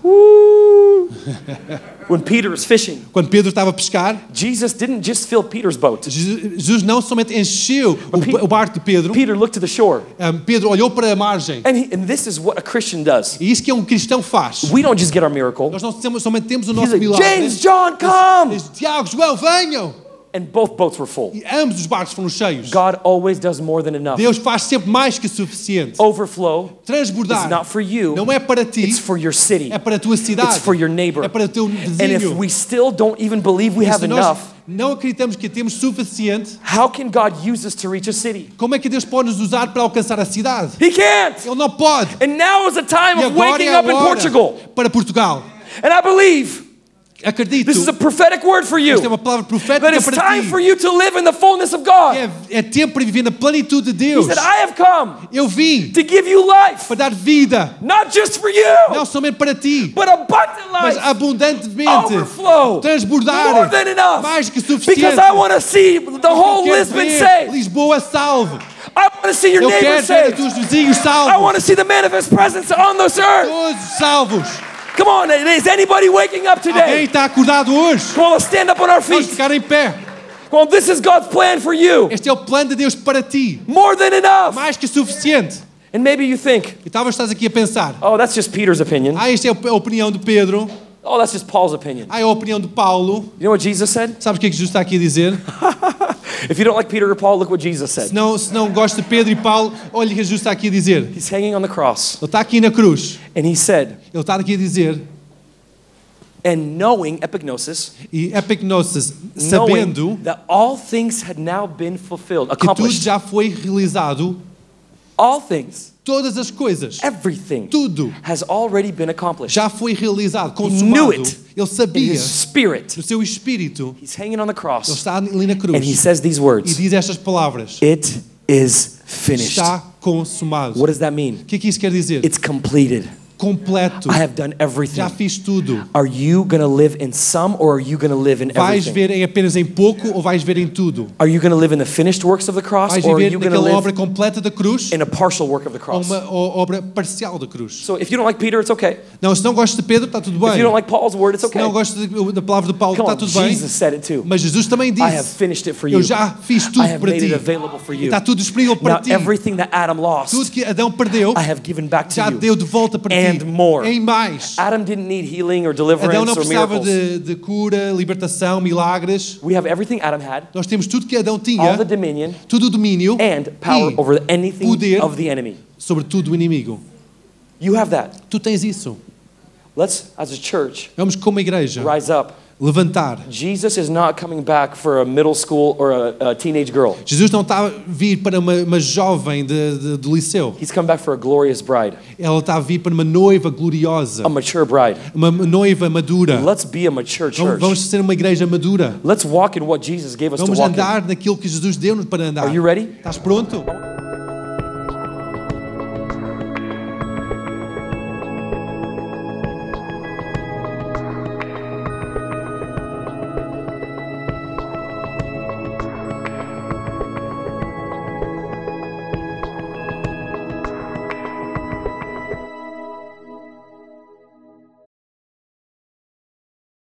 S1: When Peter is fishing,
S2: Quando Pedro estava a pescar,
S1: Jesus didn't just fill Peter's boat.
S2: Jesus Jesus não somente encheu o,
S1: Pe-
S2: ba- o barco de Pedro,
S1: Peter looked to the shore.
S2: Ahm, Pedro olhou para a margem.
S1: And, he, and this is what a Christian does.
S2: E isso que um cristão faz.
S1: We don't just get our miracle.
S2: Nós não temos, somente temos o
S1: He's
S2: nosso
S1: like,
S2: milagre.
S1: James, John, come!
S2: Diz, Tiago, João, venham!
S1: And both boats were full.
S2: E ambos os barcos foram cheios.
S1: God always does more than enough.
S2: Deus faz sempre mais que suficiente.
S1: Overflow is
S2: Transbordar
S1: Oh, not for you,
S2: não é para ti,
S1: it's for your city,
S2: é para a tua
S1: it's
S2: cidade,
S1: for your neighbor.
S2: é para o teu
S1: And if
S2: vizinho.
S1: we still don't even believe we
S2: E
S1: have
S2: se nós
S1: enough,
S2: não acreditamos que temos suficiente,
S1: how can God use us to reach a city?
S2: como é que Deus pode nos usar para alcançar a cidade?
S1: He can't!
S2: Ele não pode.
S1: And now is the time
S2: E
S1: of
S2: agora
S1: waking
S2: é a
S1: up in
S2: hora
S1: Portugal.
S2: para Portugal.
S1: And I believe
S2: Acredito.
S1: This is a prophetic word for you.
S2: Isto é uma palavra
S1: That
S2: profética
S1: it's
S2: para
S1: time
S2: ti.
S1: for you to live in the fullness of God.
S2: É, é tempo para viver na plenitude de
S1: He
S2: Deus.
S1: said, I have come
S2: Eu vim
S1: to give you life,
S2: para dar vida,
S1: not just for you,
S2: não somente para ti,
S1: but abundant
S2: mas
S1: life.
S2: abundantemente.
S1: Overflow. More
S2: Transbordar.
S1: than enough.
S2: Mais que suficiente.
S1: Because I want to see the whole
S2: Eu quero
S1: Lisbon
S2: ver
S1: saved.
S2: Lisboa salve.
S1: I want to see your
S2: Eu quero
S1: neighbors
S2: ver
S1: saved.
S2: os teus vizinhos
S1: I
S2: salvos.
S1: want to see the manifest presence on this earth.
S2: Todos salvos.
S1: Come on, is anybody waking up
S2: Alguém
S1: today?
S2: está acordado hoje?
S1: Come on, let's stand up on our
S2: Vamos
S1: feet.
S2: ficar em pé.
S1: Come on, this is God's plan for you.
S2: Este é o plano de Deus para ti.
S1: More than enough.
S2: Mais que suficiente.
S1: And maybe you think,
S2: E talvez estás aqui a pensar.
S1: oh, that's just Peter's opinion.
S2: Ah, esta é a opinião de Pedro.
S1: Oh, that's just Paul's opinion.
S2: Ah, é a opinião de Paulo.
S1: You know what Jesus said?
S2: Sabes o que é que Jesus está aqui a dizer?
S1: If you don't like Peter or Paul, look what Jesus
S2: Se
S1: said.
S2: não, se não gosta de Pedro e Paulo, olha o que Jesus está aqui a dizer. Ele
S1: He's hanging on the cross,
S2: está aqui na cruz.
S1: and he said,
S2: Ele está aqui a dizer,
S1: and knowing epignosis,
S2: e epignosis, sabendo
S1: knowing that all things had now been fulfilled,
S2: que tudo
S1: accomplished,
S2: já foi realizado,
S1: all things,
S2: todas as coisas,
S1: everything
S2: tudo
S1: has already been accomplished.
S2: já foi realizado, consumado.
S1: knew it.
S2: Ele
S1: In
S2: sabia,
S1: his spirit,
S2: no seu espírito,
S1: he's hanging on the
S2: ele
S1: cross,
S2: está ali na
S1: and he
S2: cruz
S1: says these
S2: e
S1: words:
S2: diz estas palavras,
S1: "It is finished."
S2: está consumado.
S1: What does that mean?
S2: O que é que isso quer dizer?
S1: It's completed.
S2: Completo,
S1: I have done
S2: já
S1: everything.
S2: fiz tudo.
S1: Are you gonna live in some, or are you gonna live in
S2: Vais
S1: everything?
S2: ver em apenas em pouco ou vais ver em tudo?
S1: Are you going to live in the finished works of the cross
S2: Vais
S1: or are you
S2: viver
S1: going to
S2: naquela
S1: live
S2: obra completa da cruz
S1: in a partial work of the
S2: ou
S1: cross?
S2: uma o- obra parcial da cruz?
S1: So if you don't like Peter, it's okay.
S2: Não, se não gostas de Pedro, está tudo
S1: If
S2: bem.
S1: you don't like Paul's word, it's
S2: Se não
S1: okay.
S2: gostas de- da palavra de Paulo,
S1: Come
S2: está
S1: on,
S2: tudo bem.
S1: Jesus said it too.
S2: Mas Jesus também
S1: I have
S2: disse:
S1: finished it for you.
S2: Eu já fiz
S1: I
S2: tudo
S1: have
S2: para
S1: made it
S2: ti.
S1: available for you.
S2: Está tudo disponível
S1: Now
S2: para ti.
S1: everything that Adam
S2: Tudo
S1: lost,
S2: que Adão perdeu,
S1: I have given back
S2: já
S1: to you.
S2: deu de volta para ti.
S1: And more.
S2: Em mais.
S1: Adam didn't need healing or
S2: Adão
S1: deliverance
S2: não
S1: or
S2: precisava
S1: miracles.
S2: de, de cura, libertação, milagres.
S1: We have everything Adam had,
S2: Nós temos tudo que Adão
S1: all the
S2: tinha,
S1: dominion
S2: tudo o domínio
S1: and power
S2: e
S1: over anything
S2: poder.
S1: of the enemy.
S2: sobre tudo o inimigo.
S1: You have that.
S2: Tu tens isso.
S1: Let's, as a church,
S2: Vamos como igreja
S1: rise up.
S2: levantar.
S1: Jesus is not coming back for a middle school or a, a teenage girl.
S2: Jesus não está a vir para uma, uma jovem de, de- do liceu.
S1: He's come back for a glorious bride,
S2: Ela está a vir para uma noiva gloriosa,
S1: a mature bride.
S2: uma noiva madura.
S1: Let's be a mature
S2: Vamos-
S1: church.
S2: Vamos ser uma igreja madura.
S1: Let's walk in what Jesus gave us to
S2: Vamos
S1: walk in.
S2: andar naquilo que Jesus deu-nos para andar.
S1: Are you ready?
S2: Estás pronto?